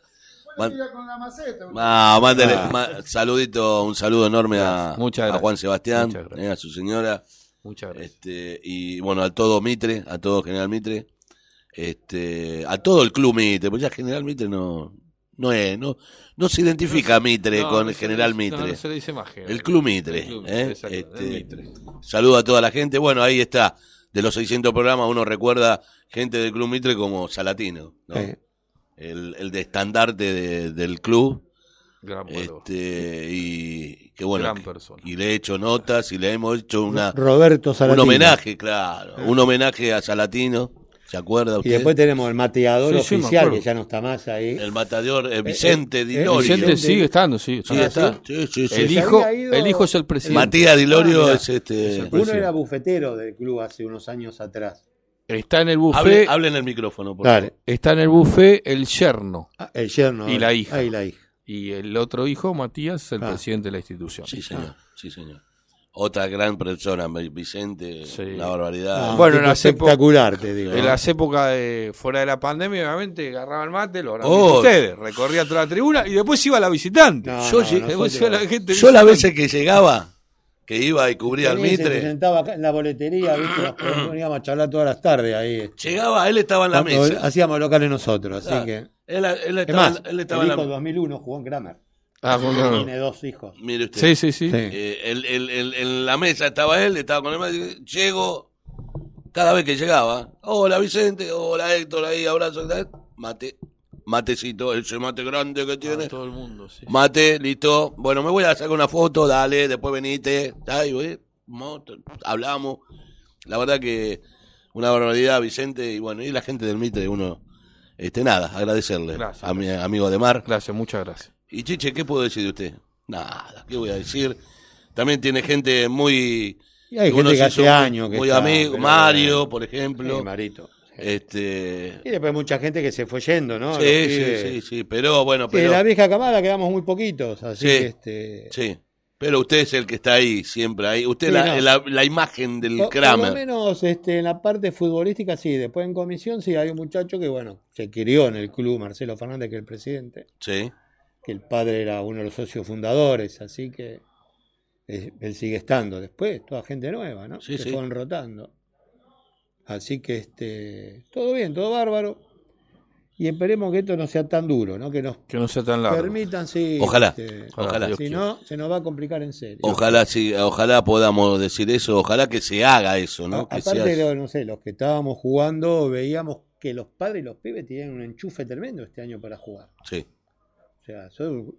Speaker 1: Man-
Speaker 5: Mira con la maceta.
Speaker 1: Ah, mándale
Speaker 15: Ah.
Speaker 1: ma- saludito, un saludo enorme a,
Speaker 15: Muchas
Speaker 1: a
Speaker 15: gracias.
Speaker 1: Juan Sebastián,
Speaker 15: Muchas
Speaker 1: eh, a su señora.
Speaker 15: Muchas gracias.
Speaker 1: Este, y bueno, a todo Mitre, a todo General Mitre, este, a todo el club Mitre, porque ya General Mitre no, no es, no, no se identifica Mitre
Speaker 15: no,
Speaker 1: con
Speaker 15: no
Speaker 1: el
Speaker 15: se
Speaker 1: General
Speaker 15: le dice- no,
Speaker 1: Mitre.
Speaker 15: no se le dice más General
Speaker 1: El club
Speaker 15: Mitre,
Speaker 1: Mitre.
Speaker 15: el club
Speaker 1: ¿eh?
Speaker 15: Mitre, exacto,
Speaker 1: Este,
Speaker 15: el Mitre.
Speaker 1: Saludo a toda la gente. Bueno, ahí está. De los 600 programas uno recuerda gente del Club Mitre como Salatino, ¿no?
Speaker 14: Sí.
Speaker 1: el, el de estandarte de- del club.
Speaker 15: Gran valor.
Speaker 1: este, y que bueno,
Speaker 15: Gran
Speaker 1: que-
Speaker 15: persona.
Speaker 1: y le he hecho notas y le hemos hecho una
Speaker 14: Roberto Salatino. Ah.
Speaker 1: un homenaje, claro, un homenaje a Salatino, ¿se acuerda
Speaker 14: Y
Speaker 1: usted?
Speaker 14: después tenemos el mateador
Speaker 1: Sí, sí, me
Speaker 14: oficial,
Speaker 1: acuerdo.
Speaker 14: que ya no está más ahí.
Speaker 1: el matador eh, Vicente
Speaker 14: eh,
Speaker 1: Dilorio.
Speaker 15: Vicente sigue estando, sí.
Speaker 1: Sí, está. Sí, sí, sí.
Speaker 15: El,
Speaker 1: Se
Speaker 15: hijo,
Speaker 1: había ido-
Speaker 15: el hijo es el presidente. Ah,
Speaker 1: Matías Dilorio es
Speaker 14: Uno
Speaker 1: este
Speaker 14: era bufetero del club hace unos años atrás.
Speaker 15: Está en el
Speaker 1: Hable,
Speaker 15: buffet.
Speaker 1: hable en el micrófono, por
Speaker 14: Dale.
Speaker 1: favor.
Speaker 15: Está en el buffet el yerno.
Speaker 14: el yerno.
Speaker 15: Y la hija.
Speaker 14: ahí la hija. Ah.
Speaker 15: Y el otro hijo, Matías, es el presidente de la institución.
Speaker 1: Sí, señor. Sí, señor. Otra gran persona, Vicente, una
Speaker 14: Ah,
Speaker 1: barbaridad.
Speaker 15: bueno, en las epo-
Speaker 14: te digo.
Speaker 15: En las épocas de fuera de la pandemia, obviamente, agarraba el mate, lo agarraban
Speaker 1: Oh.
Speaker 15: ustedes, recorría toda la tribuna y después iba a la visitante.
Speaker 1: yo, lle-
Speaker 15: Después iba la gente
Speaker 1: yo
Speaker 15: visitante.
Speaker 1: las veces que llegaba, que iba y cubría al
Speaker 14: Tenía ese que Se
Speaker 1: Mitre,
Speaker 14: sentaba acá en la boletería, ¿viste? Nos poníamos a charlar todas las tardes ahí.
Speaker 1: llegaba, él estaba en la
Speaker 14: Cuando
Speaker 1: mesa.
Speaker 14: Hacíamos locales nosotros, así
Speaker 1: Claro.
Speaker 14: que.
Speaker 1: Él, él
Speaker 14: Es
Speaker 1: estaba,
Speaker 14: más,
Speaker 1: él estaba
Speaker 14: el
Speaker 1: en
Speaker 14: hijo
Speaker 1: la
Speaker 14: 2001 jugó en Kramer.
Speaker 15: Ah, jugó en Kramer.
Speaker 14: Tiene dos hijos.
Speaker 1: Mire usted.
Speaker 15: Sí, sí, sí.
Speaker 1: Eh, él- él- él- en la mesa estaba él, estaba con el mate. Llego, ¿eh? cada vez que llegaba, hola Vicente, hola Héctor, ahí, abrazo, ¿qué tal? mate. matecito, ese mate grande que tiene.
Speaker 14: Ah,
Speaker 15: todo el mundo, sí.
Speaker 1: Mate, listo. Bueno, me voy a sacar una foto, dale, después venite. Ay, güey, moto, hablamos. La verdad que una barbaridad, Vicente, y bueno, y la gente del Mitre, uno, este, nada, agradecerle
Speaker 15: Gracias,
Speaker 1: a mi amigo de Mar.
Speaker 15: Gracias, muchas gracias.
Speaker 1: Y Chiche, ¿qué puedo decir de usted? Nada, ¿qué voy a decir? También tiene gente muy...
Speaker 14: Y hay
Speaker 1: uno
Speaker 14: gente que
Speaker 1: se
Speaker 14: hace
Speaker 1: hizo
Speaker 14: años que
Speaker 1: Muy
Speaker 14: está,
Speaker 1: amigo,
Speaker 14: pero
Speaker 1: Mario,
Speaker 14: bueno.
Speaker 1: por ejemplo.
Speaker 14: Sí, Marito.
Speaker 1: Este...
Speaker 14: Y después mucha gente que se fue yendo, ¿no? Los
Speaker 1: sí, sí,
Speaker 14: pibes.
Speaker 1: sí, sí, pero bueno,
Speaker 14: De
Speaker 1: pero...
Speaker 14: la vieja camada quedamos muy poquitos, así
Speaker 1: Sí,
Speaker 14: que este,
Speaker 1: sí. Pero usted es el que está ahí, siempre ahí. Usted
Speaker 14: Sí,
Speaker 1: la,
Speaker 14: no.
Speaker 1: la- la imagen del
Speaker 14: Por- Por lo
Speaker 1: Kramer.
Speaker 14: menos este, en la parte futbolística sí, después en comisión sí hay un muchacho que bueno, se crió en el club, Marcelo Fernández, que es el presidente,
Speaker 1: Sí.
Speaker 14: que el padre era uno de los socios fundadores, así que es- él sigue estando. Después, toda gente nueva, ¿no?
Speaker 1: Sí,
Speaker 14: se
Speaker 1: sí.
Speaker 14: fueron rotando. Así que este, todo bien, todo bárbaro. Y esperemos que esto no sea tan duro, ¿no? Que nos
Speaker 15: Que no sea tan largo.
Speaker 14: permitan, sí.
Speaker 1: Ojalá,
Speaker 14: este,
Speaker 1: ojalá.
Speaker 14: Si no, se nos va a complicar en serio.
Speaker 1: Ojalá sí, ojalá podamos decir eso, ojalá que se haga eso,
Speaker 14: A-
Speaker 1: ¿no? Que
Speaker 14: aparte,
Speaker 1: sea-
Speaker 14: lo- no sé, los que estábamos jugando veíamos que los padres y los pibes tenían un enchufe tremendo este año para jugar.
Speaker 1: sí.
Speaker 14: O sea, son-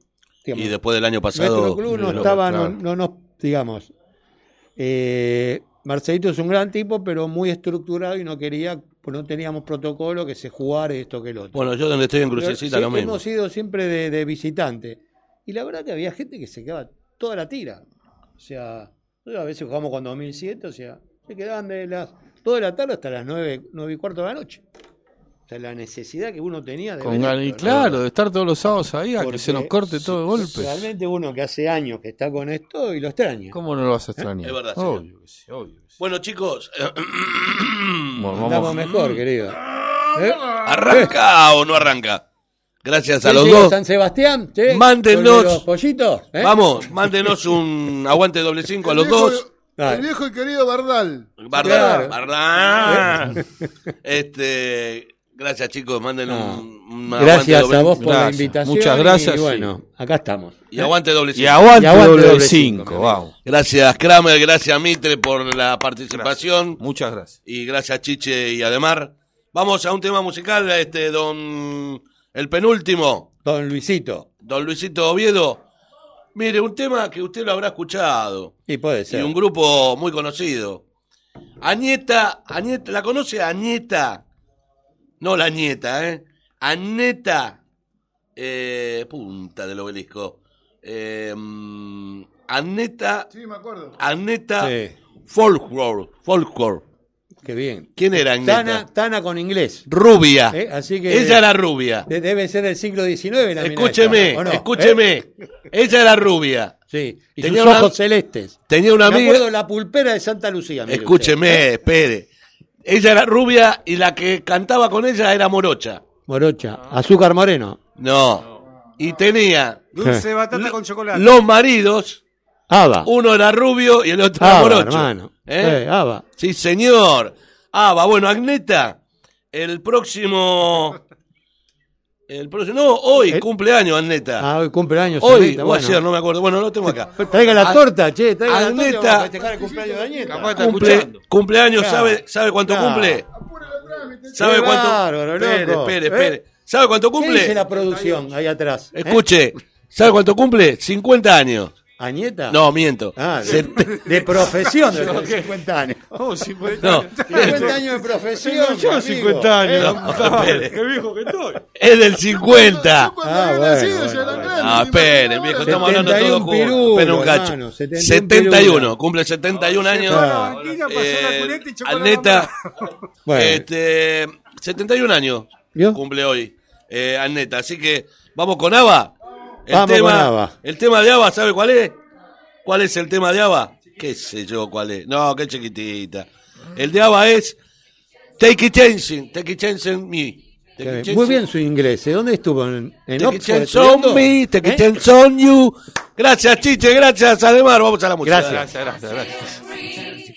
Speaker 14: digamos,
Speaker 1: Y después del año
Speaker 14: nuestro
Speaker 1: pasado...
Speaker 14: club no
Speaker 1: lo-
Speaker 14: estaba,
Speaker 1: claro.
Speaker 14: no, no nos, digamos, eh, Marcelito es un gran tipo, pero muy estructurado y no quería, pues no teníamos protocolo que se jugara esto que el otro.
Speaker 1: Bueno, yo donde estoy en
Speaker 14: Pero
Speaker 1: Crucecita
Speaker 14: sí,
Speaker 1: lo mismo.
Speaker 14: Hemos ido siempre de, de visitante. Y la verdad que había gente que se quedaba toda la tira. O sea, nosotros a veces jugamos con 2007, o sea, se quedaban de las 2 de la tarde hasta las 9, 9 y cuarto de la noche. O sea, la necesidad que uno tenía de
Speaker 15: Con
Speaker 14: ver
Speaker 15: ganas. Y
Speaker 14: esto, ¿no?
Speaker 15: claro, de estar todos los sábados ahí, a que
Speaker 14: Porque
Speaker 15: se nos corte todo de golpe.
Speaker 14: Realmente uno que hace años que está con esto y lo extraña.
Speaker 15: ¿Cómo no lo vas a extrañar?
Speaker 1: Es verdad, sí.
Speaker 15: Obvio.
Speaker 1: Bueno, chicos... eh,
Speaker 15: Bueno,
Speaker 14: Andamos mejor, querido. ¿Eh?
Speaker 1: ¿Arranca o no arranca? Gracias a
Speaker 14: Sí,
Speaker 1: los
Speaker 14: sí,
Speaker 1: dos.
Speaker 14: San Sebastián, ¿sí?
Speaker 1: Mándenos-
Speaker 14: Con los pollitos, ¿eh?
Speaker 1: Vamos, mándenos un aguante doble cinco a los dos.
Speaker 5: El viejo y querido Bardal.
Speaker 1: Bardal,
Speaker 5: Claro.
Speaker 1: Bardal.
Speaker 14: ¿Eh?
Speaker 1: Este, gracias chicos, mándenos un, un aguante
Speaker 14: Gracias
Speaker 1: doble
Speaker 14: a
Speaker 1: cinco.
Speaker 14: vos por la invitación.
Speaker 15: Muchas gracias,
Speaker 14: Y
Speaker 15: sí.
Speaker 14: bueno, acá estamos. ¿eh?
Speaker 1: Y aguante doble cinco.
Speaker 15: Y aguante,
Speaker 14: Y aguante
Speaker 15: doble,
Speaker 14: doble
Speaker 15: cinco,
Speaker 14: cinco, mi
Speaker 15: vamos.
Speaker 1: Gracias Kramer, gracias Mitre por la participación.
Speaker 15: Muchas gracias.
Speaker 1: Y gracias Chiche y Ademar. Vamos a un tema musical, este don el penúltimo.
Speaker 14: Don Luisito.
Speaker 1: Don Luisito Oviedo. Mire, un tema que usted lo habrá escuchado.
Speaker 14: Y puede
Speaker 1: Y
Speaker 14: ser.
Speaker 1: un grupo muy conocido. Añeta, Añeta, ¿la conoce Añeta? No la nieta, ¿eh? Aneta, eh, punta del obelisco. Eh, mm, Aneta,
Speaker 5: Sí, me acuerdo.
Speaker 1: Aneta Folklore, Folklore.
Speaker 14: Qué bien.
Speaker 1: ¿Quién era Aneta?
Speaker 14: Tana, Tana con inglés.
Speaker 1: Rubia.
Speaker 14: ¿Eh? Así que
Speaker 1: Ella era rubia.
Speaker 14: de- debe ser del siglo XIX la mina
Speaker 1: Escúcheme,
Speaker 14: esta, ¿o no?
Speaker 1: escúcheme.
Speaker 14: ¿Eh?
Speaker 1: Ella era rubia.
Speaker 14: Sí, y
Speaker 1: Tenía
Speaker 14: sus
Speaker 1: una-
Speaker 14: ojos celestes.
Speaker 1: Tenía una
Speaker 14: Me
Speaker 1: amiga-
Speaker 14: acuerdo la pulpera de Santa Lucía. mire
Speaker 1: Escúcheme,
Speaker 14: usted. ¿eh?
Speaker 1: espere. Ella era rubia y la que cantaba con ella era morocha.
Speaker 14: Morocha, azúcar moreno.
Speaker 1: No. Y tenía
Speaker 16: Dulce de batata con chocolate.
Speaker 1: los maridos,
Speaker 14: Aba.
Speaker 1: uno era rubio y el otro era
Speaker 14: Ava,
Speaker 1: morocho.
Speaker 14: hermano.
Speaker 1: ¿Eh?
Speaker 14: Eh, Ava.
Speaker 1: Sí, señor. Ava, bueno, Agneta, el próximo. El próximo. No, hoy, cumpleaños, Agneta.
Speaker 14: Ah, hoy cumpleaños.
Speaker 1: hoy
Speaker 14: Agneta,
Speaker 1: o
Speaker 14: bueno.
Speaker 1: ayer, no me acuerdo. Bueno, lo tengo acá.
Speaker 14: Traiga la
Speaker 1: A-
Speaker 14: torta, che, traiga la torta.
Speaker 1: Agneta-
Speaker 14: vamos a festejar el cumpleaños de Agneta. eh.
Speaker 1: Cumple- cumpleaños,
Speaker 14: Claro.
Speaker 1: ¿sabe, ¿sabe cuánto
Speaker 14: Claro.
Speaker 1: cumple? ¿Sabe
Speaker 14: Qué
Speaker 1: cuánto?
Speaker 14: bárbaro,
Speaker 1: espere,
Speaker 14: loco.
Speaker 1: espere,
Speaker 14: ¿Eh?
Speaker 1: espere. ¿Sabe cuánto
Speaker 14: ¿Qué
Speaker 1: cumple?
Speaker 14: dice la producción ahí atrás? ¿Eh?
Speaker 1: Escuche, ¿sabe cuánto cumple? 50 años.
Speaker 14: ¿Añeta?
Speaker 1: No, miento.
Speaker 14: Ah, de,
Speaker 1: Set-
Speaker 14: de profesión, de 50 años.
Speaker 1: Oh,
Speaker 16: ¿Cómo 50
Speaker 1: No.
Speaker 14: 50 años de profesión.
Speaker 16: Yo
Speaker 14: amigo.
Speaker 16: 50 años.
Speaker 1: No, espere.
Speaker 16: Eh, Qué viejo que estoy.
Speaker 1: Es del 50.
Speaker 14: Ah, bueno, bueno.
Speaker 1: Ah, espere, viejo, estamos hablando
Speaker 14: 71
Speaker 1: todos juntos.
Speaker 14: pirulo,
Speaker 1: Espera un cacho.
Speaker 14: hermano, 71
Speaker 1: 71,
Speaker 14: pirulo.
Speaker 1: cumple 71 años.
Speaker 14: Ah.
Speaker 1: Eh, Anneta,
Speaker 14: Bueno.
Speaker 1: este, 71 años
Speaker 14: ¿Vio?
Speaker 1: cumple hoy eh, Anneta. Así que vamos con Ava. El
Speaker 14: Vamos
Speaker 1: tema,
Speaker 14: con Ava.
Speaker 1: El tema de Ava, ¿sabe cuál es? ¿Cuál es el tema de Ava? ¿Qué sé yo cuál es? No, qué chiquitita. El de Ava es Take It Changing, Take It Changing Me. Take It
Speaker 14: Qué bien.
Speaker 1: Changing
Speaker 14: Muy bien su inglés. ¿eh? ¿Dónde estuvo? ¿En, en
Speaker 1: Te
Speaker 14: Oxford?
Speaker 1: quiten son me, te
Speaker 14: ¿Eh?
Speaker 1: quiten son you. Gracias, Chiche, gracias, Ademar. Vamos a la música.
Speaker 14: Gracias.
Speaker 15: gracias, gracias.